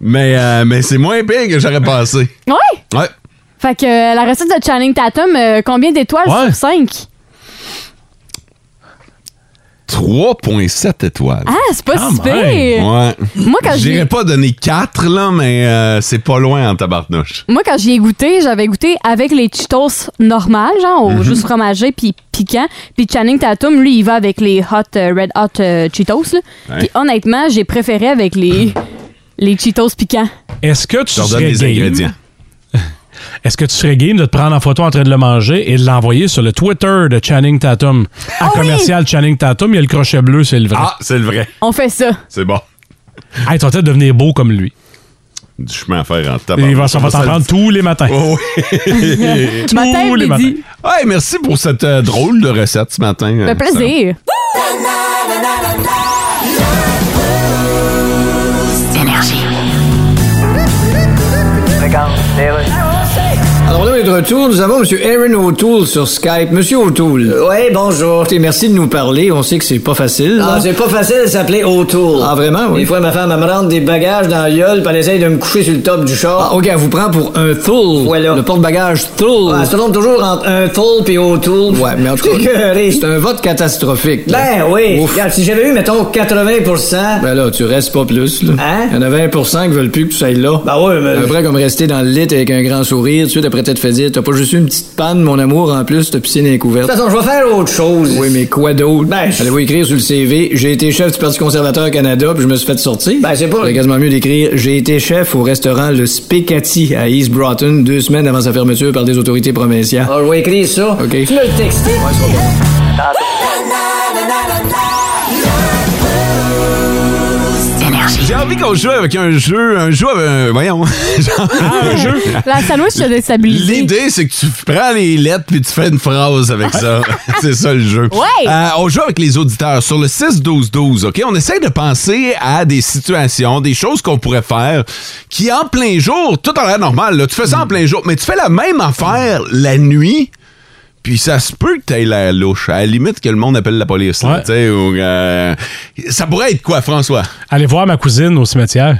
mais euh, mais c'est moins pire que j'aurais passé.
ouais!
Ouais.
Fait que euh, la recette de Channing Tatum, euh, combien d'étoiles
Ouais.
sur 5?
3,7 étoiles.
Ah, c'est pas
Ah,
si
ouais.
pire!
Ouais.
Moi, quand je l'ai-
J'irais pas donner 4, là, mais euh, c'est pas loin en tabarnouche.
Moi, quand j'y ai goûté, j'avais goûté avec les Cheetos normales, genre,
Mhm.
au juste fromager puis piquant. Puis Channing Tatum, lui, il va avec les hot, euh, red hot euh, Cheetos, là.
Ouais.
Puis honnêtement, j'ai préféré avec les, les Cheetos piquants.
Est-ce que
Je
tu
leur donne
serais
les ingrédients.
game? Est-ce que tu serais game de te prendre en photo en train de le manger et de l'envoyer sur le Twitter de Channing Tatum? À
Ah oui!
commercial Channing Tatum, il y a le crochet bleu, c'est le vrai.
Ah, c'est le vrai.
On fait ça.
C'est bon. Ah!
Hey, tu vas peut-être devenir beau comme lui.
Du chemin à faire en
Et
tabarnouche.
il va s'en va t'en
Ah bah, Ça-
prendre tous les matins.
Oh, oui.
Matin,
les matins.
midi.
Hey, merci pour cette euh, drôle de recette ce matin.
Le
Euh,
plaisir.
Alors là, on est de retour. Nous avons M. Aaron O'Toole sur Skype. Monsieur O'Toole. Oui, Euh, bonjour. merci de nous parler. On sait que c'est pas facile. Ah, c'est pas facile de s'appeler O'Toole. Ah, vraiment? Des fois, ma femme, elle me rentre des bagages dans la gueule, puis elle essaye de me coucher sur le top du char. Ah, OK, elle vous prend pour un Thule. Voilà. Le porte-bagages Thule. Ah, elle se trompe toujours entre un Thule et O'Toole. Ouais, mais en tout cas, c'est un vote catastrophique. Ben oui. Regarde, si j'avais eu, mettons, 80 Ben là, tu restes pas plus, là. Hein? Il y en a 20 qui veulent plus que tu ailles là. Ben ouais, mais... Après, comme rester dans le lit avec un grand sourire, tu sais, après t'être fait dire, t'as pas juste eu une petite panne, mon amour, en plus, ta piscine est couverte. De toute façon, je vais faire autre chose. Oui, mais quoi d'autre? Ben, Allez-vous écrire sur le CV, j'ai été chef du Parti conservateur Canada, puis je me suis fait sortir? Ben, c'est pas... C'est quasiment mieux d'écrire, j'ai été chef au restaurant Le Spicati à East Broughton, deux semaines avant sa fermeture par des autorités provinciales. Ah, je vais écrire ça. OK. Tu le texter.
J'ai envie qu'on joue avec un jeu, un jeu, euh, voyons. Genre,
Un jeu.
La sandwich te déstabilise.
L'idée, c'est que tu prends les lettres puis tu fais une phrase avec ça. c'est ça le jeu.
Ouais.
Euh, on joue avec les auditeurs sur le 6-12-12, OK? On essaie de penser à des situations, des choses qu'on pourrait faire qui, en plein jour, tout en l'air normal, là, tu fais ça
Mm.
en plein jour, mais tu fais la même affaire la nuit. Puis ça se peut que t'aies l'air louche. À la limite que le monde appelle la police. là,
Ouais.
tu sais, ou, euh, ça pourrait être quoi, François?
Allez voir ma cousine au cimetière.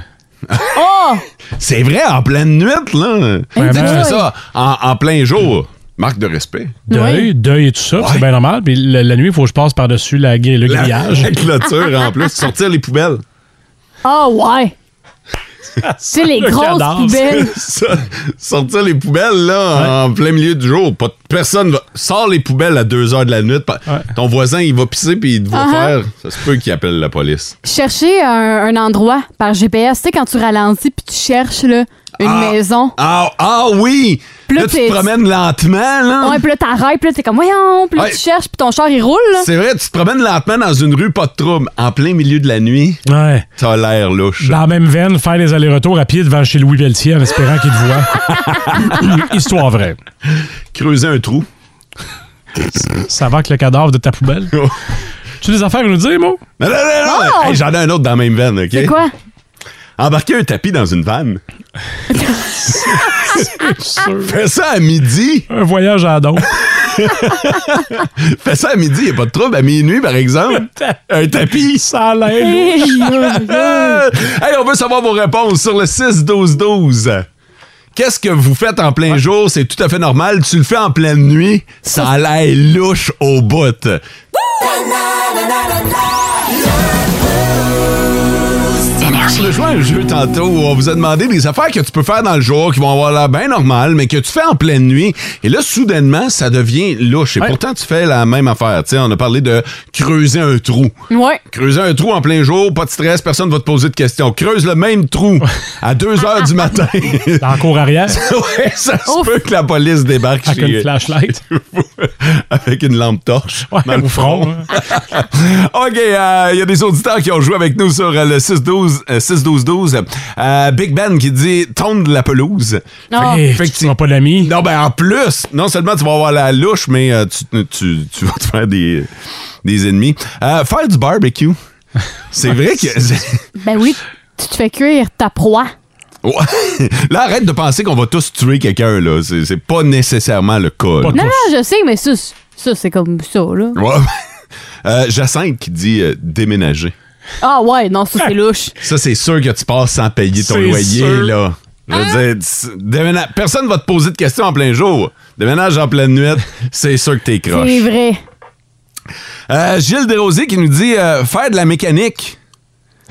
Oh!
C'est vrai, en pleine nuit, là.
Ouais,
Tu sais, tu
ben-
fais ça en, en plein jour. Marque de respect.
Deuil, deuil et tout ça, puis c'est bien normal. Puis le- la nuit, il faut que je passe par-dessus la, gri- le
La,
grillage.
la clôture, en plus. Sortir les poubelles.
Ah ouais. sais, les grosses poubelles.
Ça- sortir les poubelles là en plein milieu du jour. Pas, personne va. Sors les poubelles à 2 heures de la nuit. pa- Ton voisin, il va pisser puis il te va
Uh-huh.
faire. Ça se peut qu'il appelle la police.
Chercher un, un endroit par GPS, tu sais, quand tu ralentis puis tu cherches là, une maison.
Ah, ah oui!
Plus
là, tu
t'es-
te promènes lentement, là.
Ouais, puis là, t'arrêtes, puis là, t'es comme, voyons, puis là,
Ouais.
tu cherches, puis ton char, il roule, là.
C'est vrai, tu te promènes lentement dans une rue, pas de trouble. En plein milieu de la nuit,
Ouais.
t'as l'air louche.
Bah.
Dans la même veine, faire les allers-retours à pied devant chez Louis Pelletier en espérant qu'il te voit. Histoire vraie.
Creuser un trou.
Ça va avec le cadavre de ta poubelle? tu as des affaires à nous dire, moi?
Non, non, non, non!
Oh!
Hey, J'en ai un autre dans la même veine, OK?
C'est quoi?
Embarquer un tapis dans une vanne.
Sûr.
Fais ça à midi!
Un voyage à don.
Fais ça à midi, y a pas de trouble. À minuit, par exemple. un tapis!
Ça a l'air.
Ah! hey, on veut savoir vos réponses sur le 6-12-12. Qu'est-ce que vous faites en plein jour? C'est tout à fait normal. Tu le fais en pleine nuit, ça a l'air louche au bout. On a joué à un jeu tantôt où on vous a demandé des affaires que tu peux faire dans le jour qui vont avoir l'air bien normal, mais que tu fais en pleine nuit. Et là, soudainement, ça devient louche. Et
Ouais.
pourtant, tu fais la même affaire. Tu sais, on a parlé de creuser un trou.
Ouais.
Creuser un trou en plein jour, pas de stress, personne va te poser de questions. Creuse le même trou à 2 heures du matin.
Dans la cour arrière,
ouais, ça se
Ouf.
peut que la police débarque
avec
chez-
une flashlight.
avec une lampe torche
Ouais,
euh, dans le
au front. hein.
front. OK, euh, il y a des auditeurs qui ont joué avec nous sur euh, le 6-12-12. euh, 6-12-12. Euh, Big Ben qui dit « Tondre la pelouse ».
Ah.
Hey,
Fait que
tu
tu-
seras pas l'ami.
Non, ben en plus, non seulement tu vas avoir la louche, mais euh, tu, tu- tu vas te faire des, des ennemis. Euh, faire du barbecue. C'est vrai que...
Ben oui, tu te fais cuire ta proie.
Ouais. Là, arrête de penser qu'on va tous tuer quelqu'un, là. C'est c'est pas nécessairement le cas. là.
Pas
Non,
Ouf.
non, je sais, mais ça, c'est- ça c'est comme ça, là.
Ouais. Euh, Jacinthe qui dit euh, déménager.
Ah ouais, non, ça, c'est louche.
Ça, c'est sûr que tu passes sans payer ton
C'est
loyer,
sûr.
là. Je veux
Hein?
dire, t's- déména- personne va te poser de questions en plein jour. Déménage en pleine nuit, c'est sûr que t'es croche.
C'est vrai.
Euh, Gilles Desrosiers qui nous dit euh, faire de la mécanique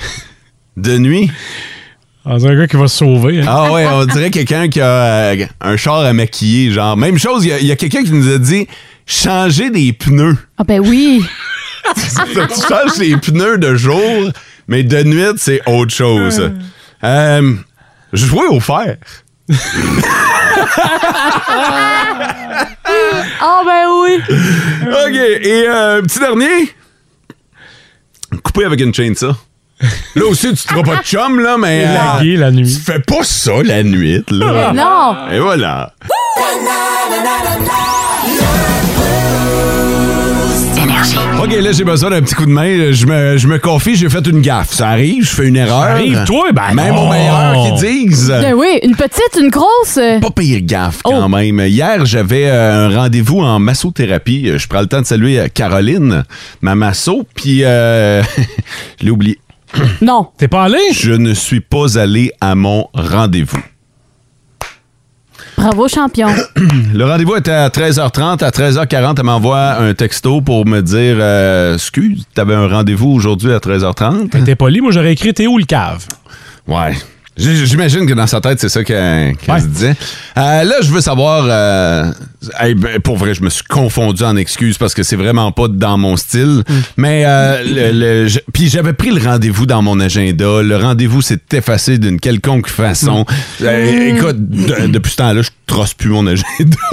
de nuit.
Ah, c'est un gars qui va se sauver. hein.
Ah ouais, on dirait quelqu'un qui a euh, un char à maquiller, genre. Même chose, il y a- il y a quelqu'un qui nous a dit changer des pneus.
Ah ben oui.
tu changes les pneus de jour, mais de nuit, c'est autre chose. Euh, jouer au fer.
Ah ben oui.
OK. Et euh, petit dernier. Couper avec une chaîne, ça. Là aussi, tu te feras pas de chum, là, mais. euh,
Laguer la
tu
nuit.
fais pas ça la nuit,
Ben
là.
Non.
Et voilà. OK, là, j'ai besoin d'un petit coup de main. Je me, je me confie, j'ai fait une gaffe. Ça arrive, je fais une erreur.
arrive, toi, ben
Même
non.
aux meilleurs qui disent.
Ben oui, une petite, une grosse. euh,
pas pire gaffe quand
Oh.
même. Hier, j'avais euh, un rendez-vous en massothérapie. Euh, Je prends le temps de saluer euh, Caroline, ma masso, puis euh, je l'ai oublié.
Non.
T'es pas allé?
Je ne suis pas allé à mon rendez-vous.
Bravo, champion.
Ben Le rendez-vous était à 13h30. À 13h40, elle m'envoie un texto pour me dire euh, Excuse, t'avais un rendez-vous aujourd'hui à 13h30?
T'es poli, moi j'aurais écrit T'es où le cave?
Ouais. J- J'imagine que dans sa tête, c'est ça qu'elle qu'elle
Ouais.
se disait. Euh, là, je veux savoir. euh, hey, ben, pour vrai, je me suis confondu en excuses parce que c'est vraiment pas dans mon style. Mais, euh, le- le- j- puis j'avais pris le rendez-vous dans mon agenda. Le rendez-vous s'est effacé d'une quelconque façon. Euh, écoute, de- depuis ce temps-là, je trosse plus mon agenda.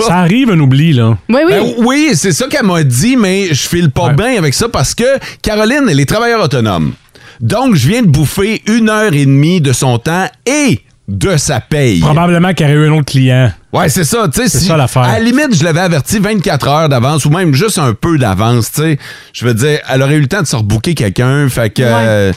Ça arrive un oubli, là.
Oui, oui.
Ben oui, c'est ça qu'elle m'a dit, mais je file pas
Ouais.
bien avec ça parce que Caroline, elle est travailleur autonome. Donc, je viens de bouffer une heure et demie de son temps et de sa paye.
Probablement qu'il y aurait eu un autre client.
Ouais, c'est ça, tu sais.
C'est
si-
ça, l'affaire.
À la limite, je l'avais averti 24 heures d'avance ou même juste un peu d'avance, tu sais. Je veux dire, elle aurait eu le temps de se rebooker quelqu'un, fait que. euh,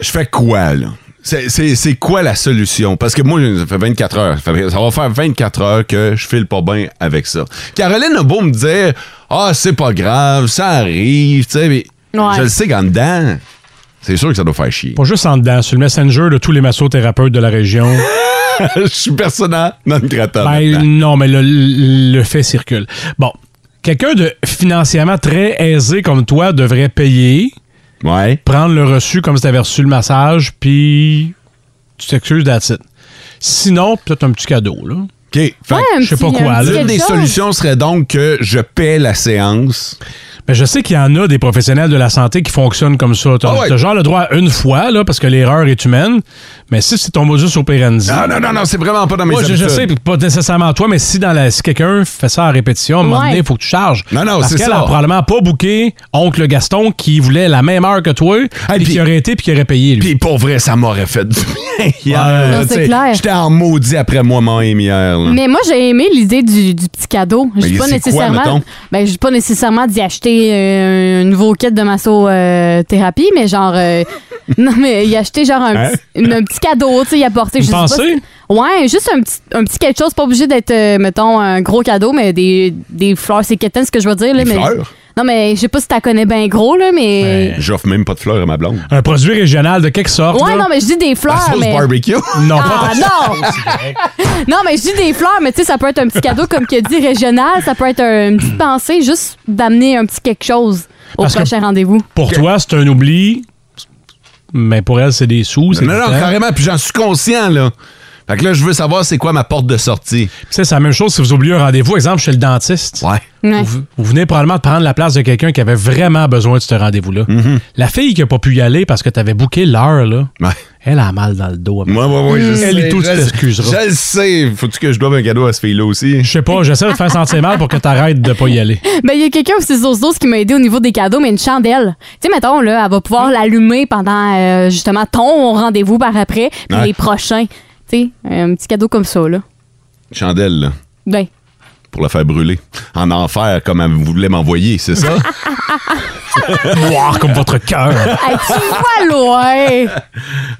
je fais quoi, là? C'est- C'est c'est quoi la solution? Parce que moi, ça fait 24 heures. Ça fait- ça va faire 24 heures que je file pas bien avec ça. Caroline a beau me dire, ah, c'est pas grave, ça arrive, tu sais, mais
Ouais.
je le sais qu'en dedans, c'est sûr que ça doit faire chier.
Pas juste en dedans, sur le messenger de tous les massothérapeutes de la région.
je suis personnel non grata.
ben non, mais le, le fait circule. Bon, quelqu'un de financièrement très aisé comme toi devrait payer,
Ouais.
prendre le reçu comme si t'avais reçu le massage, puis tu t'excuses, that's it. Sinon, peut-être un petit cadeau, là.
OK. Fait que
Ouais, un
je sais
petit-
pas quoi,
un petit
là.
L'une
quelque
des
chose.
solutions serait donc que je paie la séance.
Ben, je sais qu'il y en a des professionnels de la santé qui fonctionnent comme ça. T'as
Ah ouais.
t'as genre le droit à une fois, là, parce que l'erreur est humaine. Mais si c'est ton modus operandi.
Non, non, non, non, c'est vraiment pas dans mes
Moi, je, je
habitudes.
sais, puis pas nécessairement toi, mais si, dans la, si quelqu'un fait ça à répétition, à un moment
Ouais.
donné, il faut que tu charges.
Non, non,
Parce
c'est
qu'elle
ça.
a probablement pas booké oncle Gaston qui voulait la même heure que toi, puis
puis-
qui aurait été, puis qui aurait payé, lui.
Puis pour vrai, ça m'aurait fait du bien hier.
Non, c'est
tu sais.
clair.
J'étais en maudit après moi-même hier. là.
Mais moi, j'ai aimé l'idée du, du petit cadeau. Je dis
Ah. Mais
pas
c'est quoi,
nécessairement.
mettons?
ben, je dis pas nécessairement d'y acheter euh, un nouveau kit de massothérapie, mais genre. euh, non, mais y acheter genre un,
Hein?
petit, une- un petit cadeau, tu sais, y apporter.
Une
je sais pas
pensée?
si- ouais, juste un petit, un petit quelque chose, pas obligé d'être, euh, mettons, un gros cadeau, mais des, des fleurs, c'est quétaine, ce que je veux dire. Là,
Des
mais,
fleurs? Ben,
Non, mais je sais pas si t'as connais bien gros, là, mais.
J'offre même pas de fleurs à ma blonde.
Un produit régional de quelque sorte.
Ouais,
là.
non, mais je dis des
La
fleurs.
sauce
Ah, mais...
barbecue.
Non, pas
Ah non! non, mais je dis des fleurs, mais tu sais, ça peut être un petit cadeau, comme qu'il a dit, régional. Ça peut être un- une petite pensée, juste d'amener un petit quelque chose au
Parce que-
prochain rendez-vous.
Pour toi, c'est un oubli, mais pour elle, c'est des sous. c'est
Non,
du
non,
temps.
carrément. Puis j'en suis conscient, là. Fait que là, je veux savoir c'est quoi ma porte de sortie.
Puis ça, c'est la même chose si vous oubliez un rendez-vous, exemple, chez le dentiste.
Ouais.
Ouais.
Vous, vous venez probablement de prendre la place de quelqu'un qui avait vraiment besoin de ce rendez-vous-là. La fille qui n'a pas pu y aller parce que tu avais booké l'heure, là,
Mm-hmm. Ouais.
elle a mal dans le dos. après.
Moi, moi, moi, je
Elle
sais.
et tout, tu
je-
t'excuseras.
Je le sais. Faut-tu que je doive un cadeau à ce fille-là aussi?
Je sais pas, j'essaie de te faire sentir mal pour que tu arrêtes de pas y aller.
Ben, il y a quelqu'un aussi sur qui m'a aidé au niveau des cadeaux, mais une chandelle. Tu sais, mettons, là, elle va
Mm.
pouvoir l'allumer pendant, euh, justement, ton rendez-vous par après, puis
Ouais.
les prochains. Tu sais, un petit cadeau comme ça, là.
Chandelle, là,
Ben,
pour la faire brûler. En enfer, comme elle voulait m'envoyer, c'est ça?
Noir comme votre cœur.
hey, tu vois loin!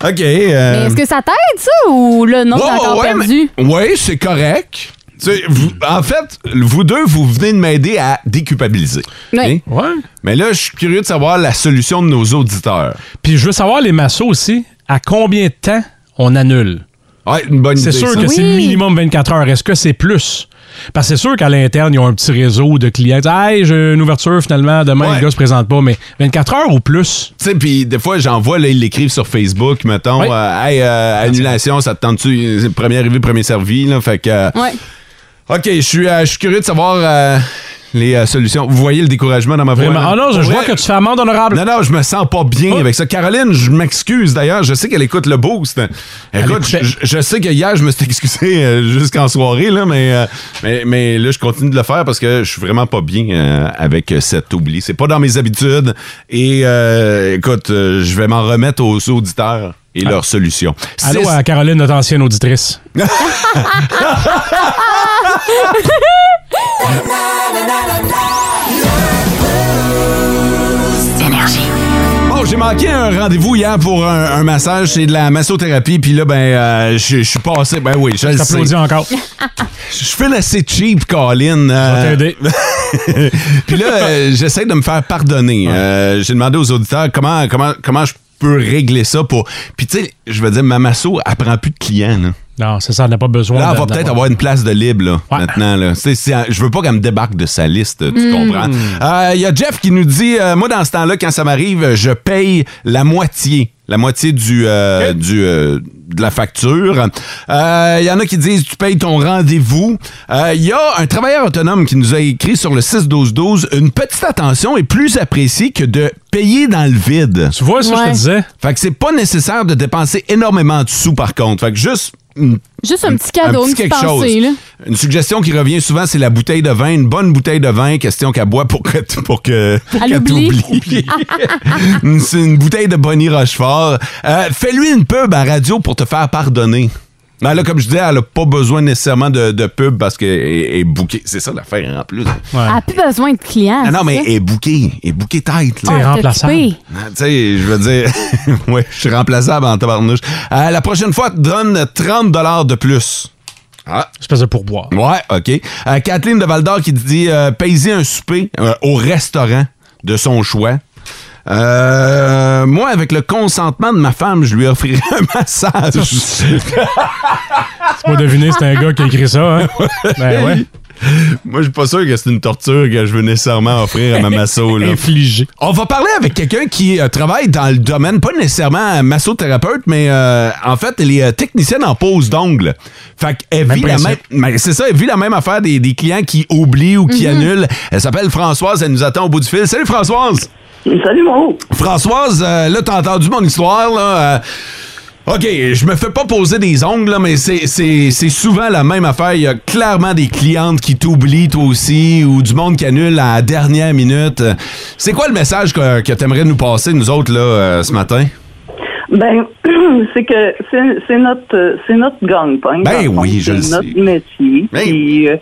OK.
Mais
euh,
est-ce que ça t'aide, ça, ou là, non,
Ouais,
t'es encore
Oh, ouais,
perdu?
mais- ouais, c'est correct. Tu sais, vous- en fait, vous deux, vous venez de m'aider à déculpabiliser.
Ouais.
Ok?
Ouais.
Mais là, je suis curieux de savoir la solution de nos auditeurs.
Puis je veux savoir, les massos aussi, à combien de temps on annule?
Ouais, une bonne idée.
C'est sûr
ça.
que
Oui.
c'est minimum 24 heures. Est-ce que c'est plus? Parce que c'est sûr qu'à l'interne, ils ont un petit réseau de clients. Ils disent, Hey, j'ai une ouverture finalement, demain,
Ouais.
le gars se présente pas. Mais 24 heures ou plus?
Tu sais, puis des fois, j'en vois, là, ils l'écrivent sur Facebook, mettons,
Oui.
euh, Hey, euh, annulation, ça te tente-tu? C'est Premier arrivé, premier servi, là, fait que... euh,
Ouais.
OK, je suis euh, je suis curieux de savoir euh, les euh, solutions. Vous voyez le découragement dans ma voix?
Vraiment.
là?
Ah non, je, je
Ouais.
vois que tu fais amende honorable.
Non, non, je me sens pas bien
Oh.
avec ça. Caroline, je m'excuse d'ailleurs. Je sais qu'elle écoute le boost. Écoute, je,
écoutait.
je- je sais que hier, je me suis excusé euh, jusqu'en soirée, là, mais, euh, mais, mais là, je continue de le faire parce que je suis vraiment pas bien euh, avec cet oubli. C'est pas dans mes habitudes. Et euh, écoute, euh, je vais m'en remettre aux auditeurs et leurs solutions.
Ah. Allô
Six-
à Caroline, notre ancienne auditrice.
Bon, Oh, j'ai manqué un rendez-vous hier pour un, un massage, c'est de la massothérapie, puis là, ben, euh, je je suis passé, ben oui, je le sais.
T'applaudis encore.
Je fais assez cheap,
Je
Colin.
vais
Euh,
t'aider.
Puis là, euh, j'essaie de me faire pardonner. Euh, J'ai demandé aux auditeurs comment, comment, comment je peux régler ça pour. Puis tu sais, je veux dire, ma masso, elle prend plus de clients. Là,
Non, c'est ça, elle n'a pas besoin.
là elle
de-
va
de-
peut-être avoir une place de libre là,
Ouais.
maintenant. Là. C'est- c'est- je veux pas qu'elle me débarque de sa liste, tu comprends? Euh, Il y a Jeff qui nous dit euh, Moi, dans ce temps-là, quand ça m'arrive, je paye la moitié. La moitié du, euh, du, euh, de la facture. Euh, Il y en a qui disent tu payes ton rendez-vous. Euh, Il y a un travailleur autonome qui nous a écrit sur le 6-12-12 une petite attention est plus appréciée que de payer dans le vide.
Tu vois ce que je te
Ouais.
disais?
Fait que c'est pas nécessaire de dépenser énormément de sous par contre. Fait que juste une
Juste un petit cadeau,
un
une
petit
petite
quelque
pensée,
chose.
là.
Une suggestion qui revient souvent, c'est la bouteille de vin, une bonne bouteille de vin, question qu'elle boit pour que tu- pour que pour
Elle
qu'elle
oublie.
t'oublie. Une- c'est une bouteille de Bonnie Rochefort. Euh, Fais-lui une pub à radio pour te faire pardonner. Ben là, comme je disais, elle n'a pas besoin nécessairement de, de pub parce qu'elle est, elle est bookée. C'est ça l'affaire hein, en plus.
Elle n'a plus besoin de clients.
Ah non,
c'est
mais
ça?
elle est bookée. Elle est bookée tête.
t'es
là.
Ah, t'es
remplaçable.
occupé.
Ah, Tu sais, je veux dire, ouais, je suis remplaçable en tabarnouche. Euh, la prochaine fois, donne 30 de plus. Ah,
Espèce de pourboire.
Ouais, OK. Euh, Kathleen de Val-d'Or qui dit euh, payer un souper euh, au restaurant de son choix. Euh, moi, avec le consentement de ma femme, je lui offrirais un massage.
Tu peux deviner, c'est un gars qui a écrit ça, hein? Ben ouais.
Moi, je suis pas sûr que c'est une torture que je veux nécessairement offrir à ma masso. Là.
Infligé.
On va parler avec quelqu'un qui euh, travaille dans le domaine, pas nécessairement massothérapeute, mais euh, en fait, elle est euh, technicienne en pose d'ongles. Fait qu'elle
Même
vit la même.
principe.
mais C'est ça, elle vit la même affaire des, des clients qui oublient ou
Mhm.
qui annulent. Elle s'appelle Françoise, elle nous attend au bout du fil. Salut Françoise!
Salut, mon haut.
Françoise, euh, là, t'as entendu mon histoire, là. euh, OK, je me fais pas poser des ongles, là, mais c'est- c'est c'est souvent la même affaire. Il y a clairement des clientes qui t'oublient, toi aussi, ou du monde qui annule à la dernière minute. Euh, C'est quoi le message que, que t'aimerais nous passer, nous autres, là, euh, ce matin?
Ben, c'est que c'est c'est notre, euh, c'est notre gang-pain.
Ben
dans le fond.
oui, je le
C'est
sais. Ben
notre métier. Puis, euh,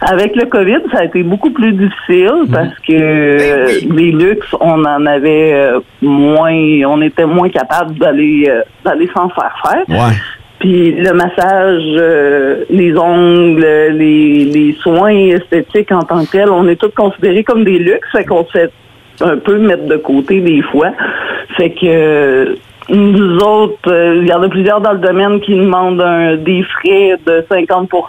avec le COVID, ça a été beaucoup plus difficile
Mhm.
parce que
Ben
euh, les luxes, on en avait euh, moins, on était moins capable d'aller euh, d'aller s'en faire faire.
Ouais.
Puis le massage, euh, les ongles, les, les soins esthétiques en tant que tels, on est tous considérés comme des luxes, fait qu'on se fait un peu mettre de côté des fois. Fait que euh, nous autres, euh, il y en a plusieurs dans le domaine qui demandent un, des frais de 50 quand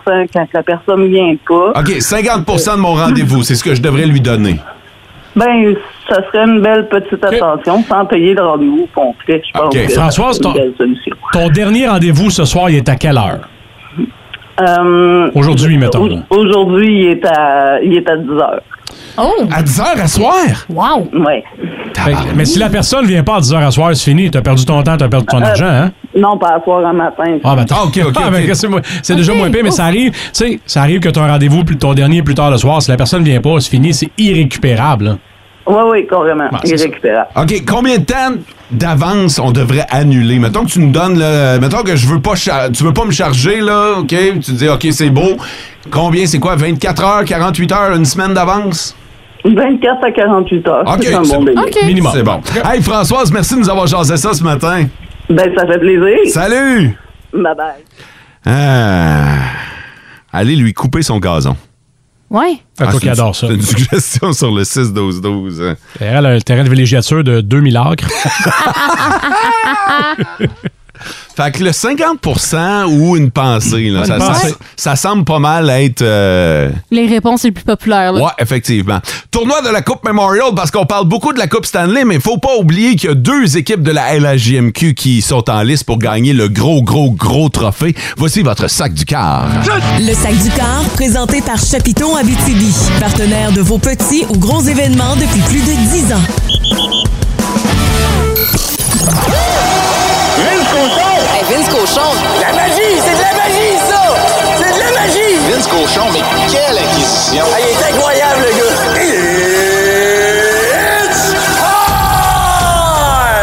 la personne vient pas.
Ah.
OK, 50 de mon rendez-vous, c'est ce que je devrais lui donner.
Ben, ça serait une belle petite attention sans payer le rendez-vous complet, je pense.
OK.
que
Françoise,
c'est une
ton,
belle solution.
ton dernier rendez-vous ce soir, il est à quelle heure?
Euh,
Aujourd'hui, mettons. là.
au- Aujourd'hui, il est à il est à 10 heures.
Oh!
Ah.
À 10 heures à soir?
Wow!
Ouais.
Fait que- mais si la personne vient pas à 10h à soir, c'est fini. T'as perdu ton temps, t'as perdu ton
Euh,
argent, hein?
Non, pas à soir, à matin.
Ah, ben,
Ah, ok, ok,
Ah, ben,
ok.
qu'est-ce que c'est moi- c'est déjà moins pire, mais ça arrive, tu sais, ça arrive que t'as un rendez-vous, plus ton dernier, plus tard le soir. Si la personne vient pas, c'est fini, c'est irrécupérable. là.
Oui, oui, carrément.
Ah, c'est ça.
Irrécupérable.
OK, combien de temps d'avance on devrait annuler? Mettons que tu nous donnes le. Mettons que je veux pas char- tu veux pas me charger, là, OK? Tu dis OK, c'est beau. Combien, c'est quoi? 24 heures, 48 heures, une semaine d'avance?
24 à 48 heures.
OK,
c'est un bon délai.
OK.
Minimum.
C'est bon. Hey Françoise, merci de nous avoir jasé ça ce matin.
Ben, ça fait plaisir.
Salut!
Bye bye.
Ah. Allez lui couper son gazon.
Ouais.
Fait
Ah,
quoi
c'est
qu'il
une-
adore ça.
C'est une suggestion sur le 6-12-12. hein.
Elle a un terrain de villégiature de 2000 acres.
Fait que le 50 ou une pensée, là,
Une
ça, ça-
pensée.
ça semble pas mal être. euh,
Les réponses les plus populaires, là.
Ouais, effectivement. Tournoi de la Coupe Memorial, parce qu'on parle beaucoup de la Coupe Stanley, mais faut pas oublier qu'il y a deux équipes de la LHJMQ qui sont en liste pour gagner le gros, gros, gros trophée. Voici votre sac du quart.
Le sac du corps, présenté par Chapiton Abitibi, partenaire de vos petits ou gros événements depuis plus de 10 ans.
Vince Cochon! La magie! C'est de la magie, ça! C'est de la magie!
Vince Cochon, mais quelle acquisition!
Ah, il est incroyable, le gars! It's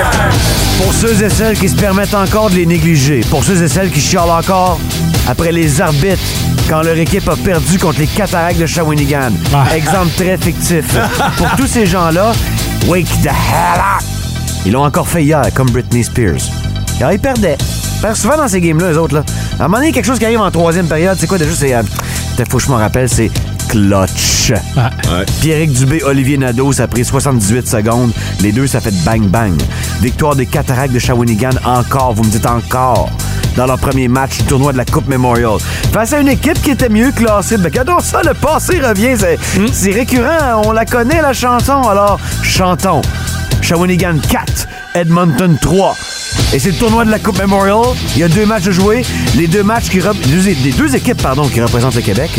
time!
Pour ceux et celles qui se permettent encore de les négliger, pour ceux et celles qui chialent encore après les arbitres quand leur équipe a perdu contre les cataractes de Shawinigan.
Ah.
Exemple très fictif. pour tous ces gens-là, wake the hell up! Ils l'ont encore fait hier, comme Britney Spears. Car ils perdaient. Ils perdent souvent dans ces games-là, eux autres. Là. À un moment donné, quelque chose qui arrive en troisième période, c'est quoi déjà? C'est. Euh, putain, faut que je m'en rappelle, c'est clutch. Pierrick Dubé, Olivier Nadeau, ça a pris 78 secondes. Les deux, ça fait bang bang. Victoire des Cataractes de Shawinigan encore, vous me dites encore, dans leur premier match du tournoi de la Coupe Memorial. Face à une équipe qui était mieux classée. Ben, regardons ça, le passé revient. C'est c'est récurrent, hein? on la connaît, la chanson. Alors, chantons. Shawinigan 4, Edmonton 3. Et c'est le tournoi de la Coupe Memorial. Il y a deux matchs de jouer. Les deux matchs qui rep- les deux- les deux équipes pardon, qui représentent le Québec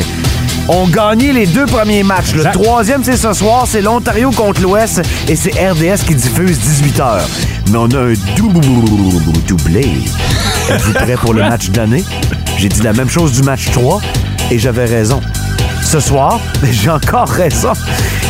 ont gagné les deux premiers matchs. Le troisième, c'est ce soir, c'est l'Ontario contre l'Ouest et c'est RDS qui diffuse 18h. Mais on a un dou- doublé. Êtes-vous prêts pour le match d'année? J'ai dit la même chose du match 3 et j'avais raison. Ce soir, j'ai encore raison.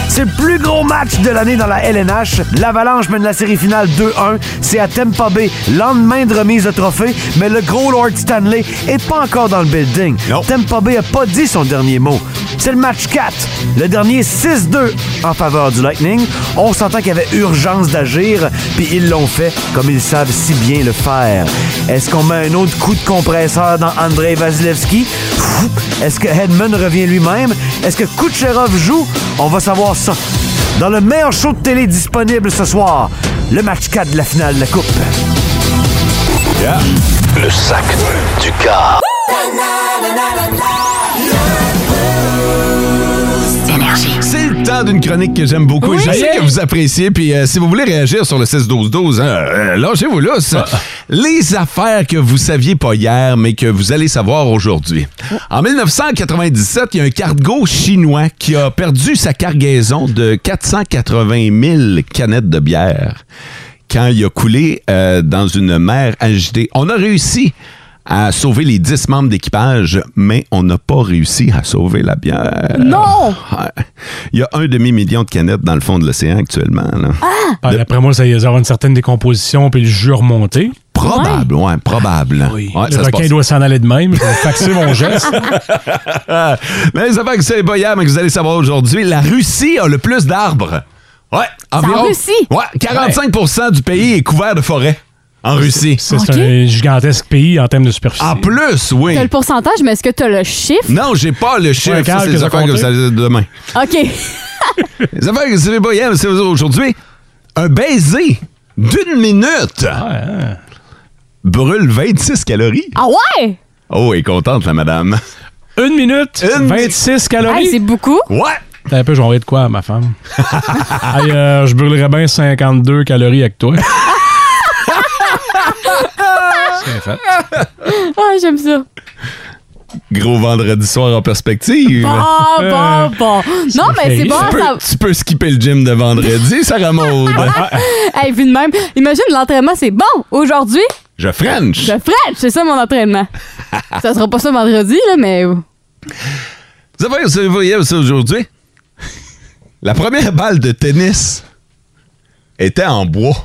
C'est le plus gros match de l'année dans la LNH. L'Avalanche mène la série finale 2-1. C'est à Tampa Bay, lendemain de remise de trophée, mais le gros Lord Stanley est pas encore dans le building. Tampa Bay a pas dit son dernier mot. C'est le match 4. Le dernier 6-2 en faveur du Lightning. On s'entend qu'il y avait urgence d'agir, puis ils l'ont fait comme ils savent si bien le faire. Est-ce qu'on met un autre coup de compresseur dans Andrei Vasilevski? Pfff. Est-ce que Hedman revient lui-même? Est-ce que Kucherov joue? On va savoir ça. Dans le meilleur show de télé disponible ce soir, le match 4 de la finale de la Coupe.
Le sac du car.
temps d'une chronique que j'aime beaucoup.
Oui.
Je sais
Hey.
que vous appréciez. Puis euh, si vous voulez réagir sur le 16-12-12, hein, euh, lâchez-vous là. ça. Les affaires que vous saviez pas hier, mais que vous allez savoir aujourd'hui. En 1997, il y a un cargo chinois qui a perdu sa cargaison de 480 000 canettes de bière quand il a coulé euh, dans une mer agitée. On a réussi à sauver les 10 membres d'équipage, mais on n'a pas réussi à sauver la bière.
Non!
Ouais. Il y a un demi-million de canettes dans le fond de l'océan actuellement. là.
Ah, D'après moi, ça y est, il va y avoir une certaine décomposition, puis le jus remonté.
Probable, ouais, probable. Ouais,
le
ça se
requin
passe.
doit s'en aller de même. Je vais faxer mon geste.
mais ça fait que c'est pas hier, mais que vous allez savoir aujourd'hui, la Russie a le plus d'arbres. Ouais, environ.
Russie?
Ouais, 45 du pays est couvert de forêts en Russie.
C'est un gigantesque pays en termes de superficie.
En plus, oui.
T'as le pourcentage, mais est-ce que t'as le chiffre?
Non, j'ai pas le chiffre.
un
Ça,
cadre
c'est
que
les
t'as
affaires que
compté?
vous allez demain.
OK.
les affaires que vous savez pas hier, mais c'est aujourd'hui. Un baiser d'une minute
hein.
brûle 26 calories.
Ah ouais?
Oh, elle est contente, la madame.
Une minute, 26 calories.
Hey, c'est beaucoup.
Ouais!
T'as un peu, j'aurais de quoi à ma femme. Hey, euh, je brûlerais bien 52 calories avec toi. C'est fait.
Ah, j'aime ça.
Gros vendredi soir en perspective.
Bon, bon, bon. Non, mais c'est bon,
Tu peux,
ça.
tu peux skipper le gym de vendredi, Sarah Maud.
Hey, vu de même, imagine l'entraînement, c'est bon. Aujourd'hui,
Je French.
je French, c'est ça mon entraînement. ça sera pas ça vendredi, là, mais.
Vous savez, vous savez, vous voyez ça aujourd'hui? La première balle de tennis était en bois.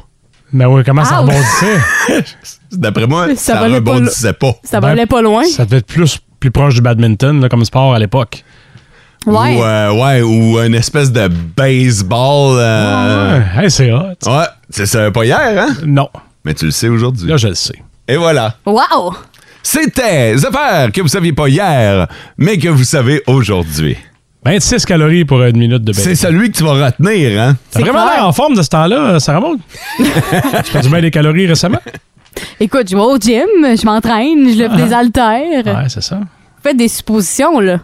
Ben oui, comment ça
Ah ouais.
rebondissait?
D'après moi,
Ça
ça,
valait pas
rebondissait pas.
Ça valait pas loin.
Ben, Ça devait être plus, plus proche du badminton là, comme sport à l'époque.
Ouais.
Ou, euh, ouais, ou une espèce de baseball. euh,
Ouais, hey, c'est hot.
Ouais, c'est ça pas hier, hein?
Non.
Mais tu le sais aujourd'hui.
Là, je le sais.
Et voilà.
Wow!
C'était les affaires que vous saviez pas hier, mais que vous savez aujourd'hui.
26 calories pour une minute de
C'est
bain.
celui que tu vas retenir, hein?
T'as vraiment l'air en forme de ce temps-là, euh, Sarah Maud? tu perdu bien des calories récemment?
Écoute, je vais au gym, je m'entraîne, je lève des haltères.
Ouais, c'est ça.
Faites des suppositions, là.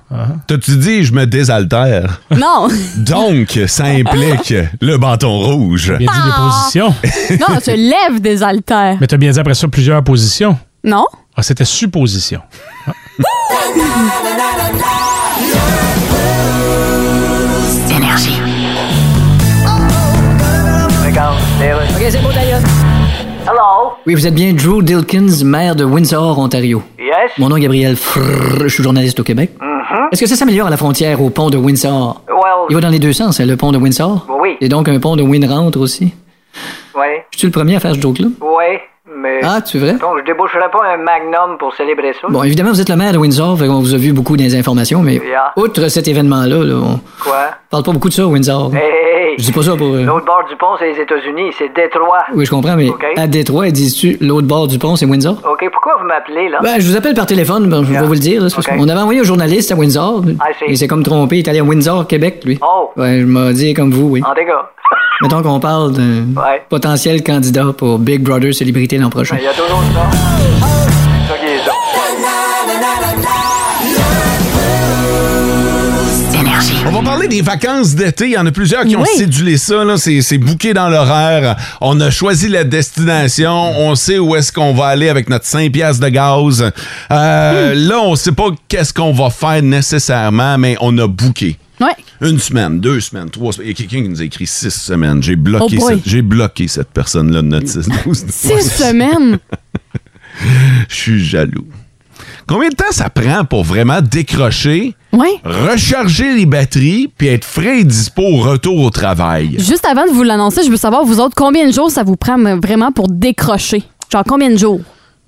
T'as-tu dit je me désaltère?
Non!
Donc, ça implique le bâton rouge.
Bien dit des
Ah.
positions.
non, je lève des haltères.
Mais t'as bien dit après ça plusieurs positions.
Non?
Ah, c'était supposition.
Énergie.
OK, c'est beau, d'ailleurs. Hello? Oui, vous êtes bien Drew Dilkins, maire de Windsor, Ontario.
Yes? Mm-hmm.
Mon nom est Gabriel Frrr, je suis journaliste au Québec. Est-ce que ça s'améliore à la frontière au pont de Windsor? Il va dans les deux sens, hein, le pont de Windsor?
Oui.
Et donc un pont de Winrentre aussi?
Ouais.
Je suis le premier à faire ce joke-là?
Ouais, mais.
Ah, tu vrai?
Donc, je déboucherai pas un magnum pour célébrer ça.
Bon, évidemment, vous êtes le maire de Windsor, on vous a vu beaucoup des informations, mais
Yeah.
outre cet événement-là, là, on
Quoi?
parle pas beaucoup de ça, Windsor.
Hey, hey, hey.
Je dis pas ça pour... euh,
L'autre bord du pont, c'est les États-Unis, c'est Détroit.
Oui, je comprends, mais
OK.
à Détroit, dis-tu, l'autre bord du pont, c'est Windsor?
OK, pourquoi vous m'appelez, là?
Ben, je vous appelle par téléphone, ben, je vais vous le dire. là, c'est parce
Hein? OK.
qu'on avait envoyé un journaliste à Windsor.
see.
Il s'est comme trompé, il est allé à Windsor, Québec, lui.
Oh.
Ouais, je m'en dis comme vous, oui.
En dégâts.
Mettons qu'on parle d'un
Ouais.
potentiel candidat pour Big Brother Célébrité l'an prochain.
Il y a toujours ça. C'est ça qui est ça.
Énergie.
On va parler des vacances d'été. Il y en a plusieurs qui ont
Oui.
cédulé ça. là. C'est c'est booké dans l'horaire. On a choisi la destination. On sait où est-ce qu'on va aller avec notre 5 piastres de gaz. Euh,
Hmm.
Là, on sait pas qu'est-ce qu'on va faire nécessairement, mais on a booké.
Ouais.
Une semaine, deux semaines, trois semaines. Il y a quelqu'un qui nous a écrit six semaines. J'ai bloqué,
Oh boy.
cette- j'ai bloqué cette personne-là de notre 6
Six semaines.
Je suis jaloux. Combien de temps ça prend pour vraiment décrocher,
Ouais.
recharger les batteries, puis être frais et dispo au retour au travail?
Juste avant de vous l'annoncer, je veux savoir, vous autres, combien de jours ça vous prend mais vraiment pour décrocher? Genre, combien de jours?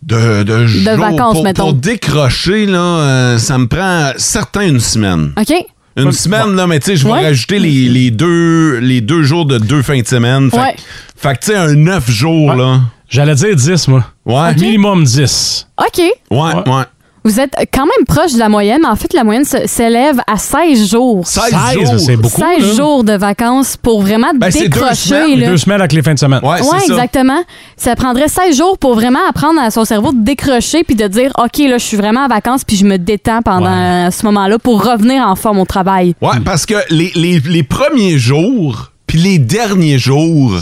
De, de, jours.
vacances,
pour,
mettons.
Pour décrocher, là, euh, ça me prend certains une semaine.
OK?
Une semaine, là, mais tu sais, je vais rajouter les, les deux, les deux jours de deux fins de semaine. Fait, que-
Ouais.
fait que, tu sais, un neuf jours, là.
J'allais dire 10, moi.
Ouais.
Minimum 10.
OK.
Ouais, ouais.
Vous êtes quand même proche de la moyenne. En fait, la moyenne se- s'élève à 16 jours.
16 jours? C'est beaucoup,
16
là.
jours de vacances pour vraiment
Ben, c'est deux
décrocher.
semaines,
là.
deux semaines avec les fins de semaine.
Ouais, exactement. Ça prendrait 16 jours pour vraiment apprendre à son cerveau de décrocher puis de dire OK, là, je suis vraiment en vacances puis je me détends pendant ce moment-là pour revenir en forme au travail.
Ouais, parce que les, les- les premiers jours puis les derniers jours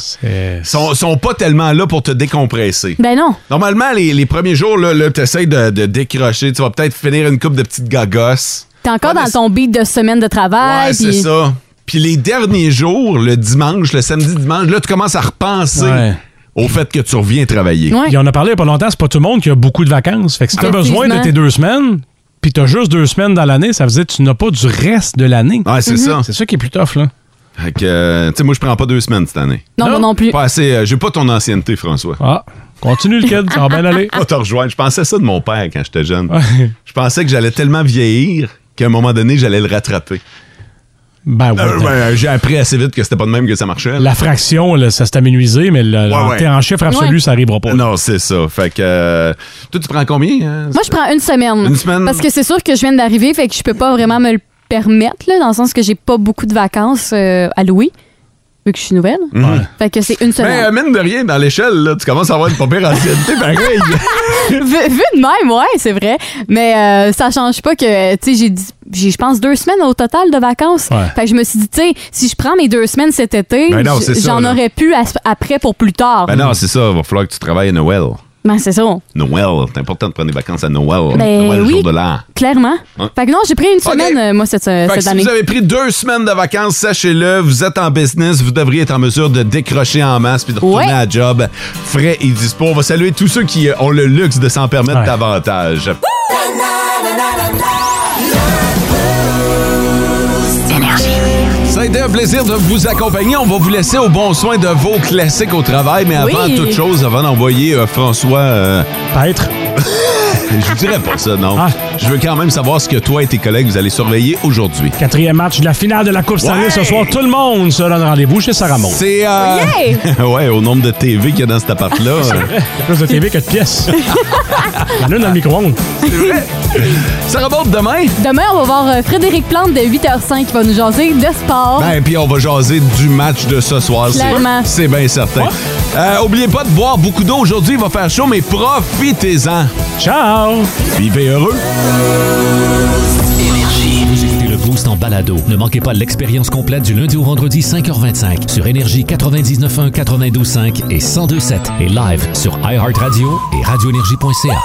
sont, sont pas tellement là pour te décompresser.
Ben non.
Normalement, les, les premiers jours, là, là tu essaies de, de décrocher. Tu vas peut-être finir une coupe de petites gagosses.
T'es encore dans ton beat de semaine de travail.
Ouais, c'est
puis-
ça. Puis les derniers jours, le dimanche, le samedi, dimanche, là, tu commences à repenser
Ouais.
au fait que tu reviens travailler.
Il y en a parlé il n'y a pas longtemps, c'est pas tout le monde qui a beaucoup de vacances. Fait que si tu as
Effectivement.
besoin de tes deux semaines, puis tu as juste deux semaines dans l'année, ça veut dire que tu n'as pas du reste de l'année.
Ouais, c'est Mhm. ça.
Mm-hmm. C'est ça qui est plus tough, là.
Fait que, euh, tu sais, moi, je prends pas deux semaines cette année.
Non, moi non plus.
Pas assez. euh, J'ai pas ton ancienneté, François.
Ah, continue le kid, ça va bien aller.
Pas te rejoindre. Je pensais ça de mon père quand j'étais jeune. Je pensais que j'allais tellement vieillir qu'à un moment donné, j'allais le rattraper.
Ben ouais.
Euh, ben, J'ai appris assez vite que c'était pas de même que ça marchait.
La fraction, là, ça s'est aménuisé, mais le- en,
ouais.
en chiffre absolu,
Ouais.
ça arrivera pas.
Non, c'est ça. Fait que. euh, toi, tu prends combien? hein?
Moi, je prends une semaine.
Une semaine?
Parce que c'est sûr que je viens d'arriver, fait que je peux pas vraiment me le permettre, là, dans le sens que j'ai pas beaucoup de vacances euh, à louer, vu que je suis nouvelle.
Mhm.
Fait que c'est une
Mais
semaine.
euh, mine de rien, dans l'échelle, là, tu commences à avoir une pas pire ancienneté pareil.
vu, vu de même, ouais, c'est vrai. Mais euh, ça change pas que, tu sais, j'ai dit- j'ai, je pense, deux semaines au total de vacances.
Ouais.
Fait que je me suis dit, tu sais, si je prends mes deux semaines cet été,
Ben non,
j-
c'est ça,
j'en
là.
aurais plus as- après pour plus tard.
ben non, c'est ça. Il va falloir que tu travailles à Noël.
Ben, c'est ça.
Noël. C'est important de prendre des vacances à Noël.
Ben
Noël,
oui.
jour de l'an.
Clairement.
Hein?
Fait que non, j'ai pris une semaine, euh, moi, cette,
Fait que
cette
si
année.
vous avez pris deux semaines de vacances, sachez-le, vous êtes en business, vous devriez être en mesure de décrocher en masse puis de retourner
Ouais.
à job frais et dispo. On va saluer tous ceux qui euh, ont le luxe de s'en permettre davantage. Ça a été un plaisir de vous accompagner. On va vous laisser au bon soin de vos classiques au travail, mais avant
Oui.
toute chose, avant d'envoyer euh, François... Être. Je vous dirais pas ça, non. Je veux quand même savoir ce que toi et tes collègues, vous allez surveiller aujourd'hui.
Quatrième match de la finale de la Coupe Stanley ce soir. Tout le monde se donne rendez-vous chez Sarah Maud.
C'est. euh, ouais, au nombre de TV qu'il y a dans cet appart-là. euh,
Plus de TV que de pièces. Il y en a une dans le micro-ondes.
Ça remonte demain?
Demain, on va voir euh, Frédéric Plante de 8h05 qui va nous jaser de sport.
Ben, puis on va jaser du match de ce soir. c'est-
Clairement.
C'est bien certain. Euh, oubliez pas de boire beaucoup d'eau. Aujourd'hui, il va faire chaud, mais profitez-en.
Ciao!
Vivez heureux.
Vous écoutez le Boost en balado. Ne manquez pas l'expérience complète du lundi au vendredi 5h25 sur Énergie 99.1, 92.5 et 102.7 et live sur iHeartRadio et radioénergie.ca.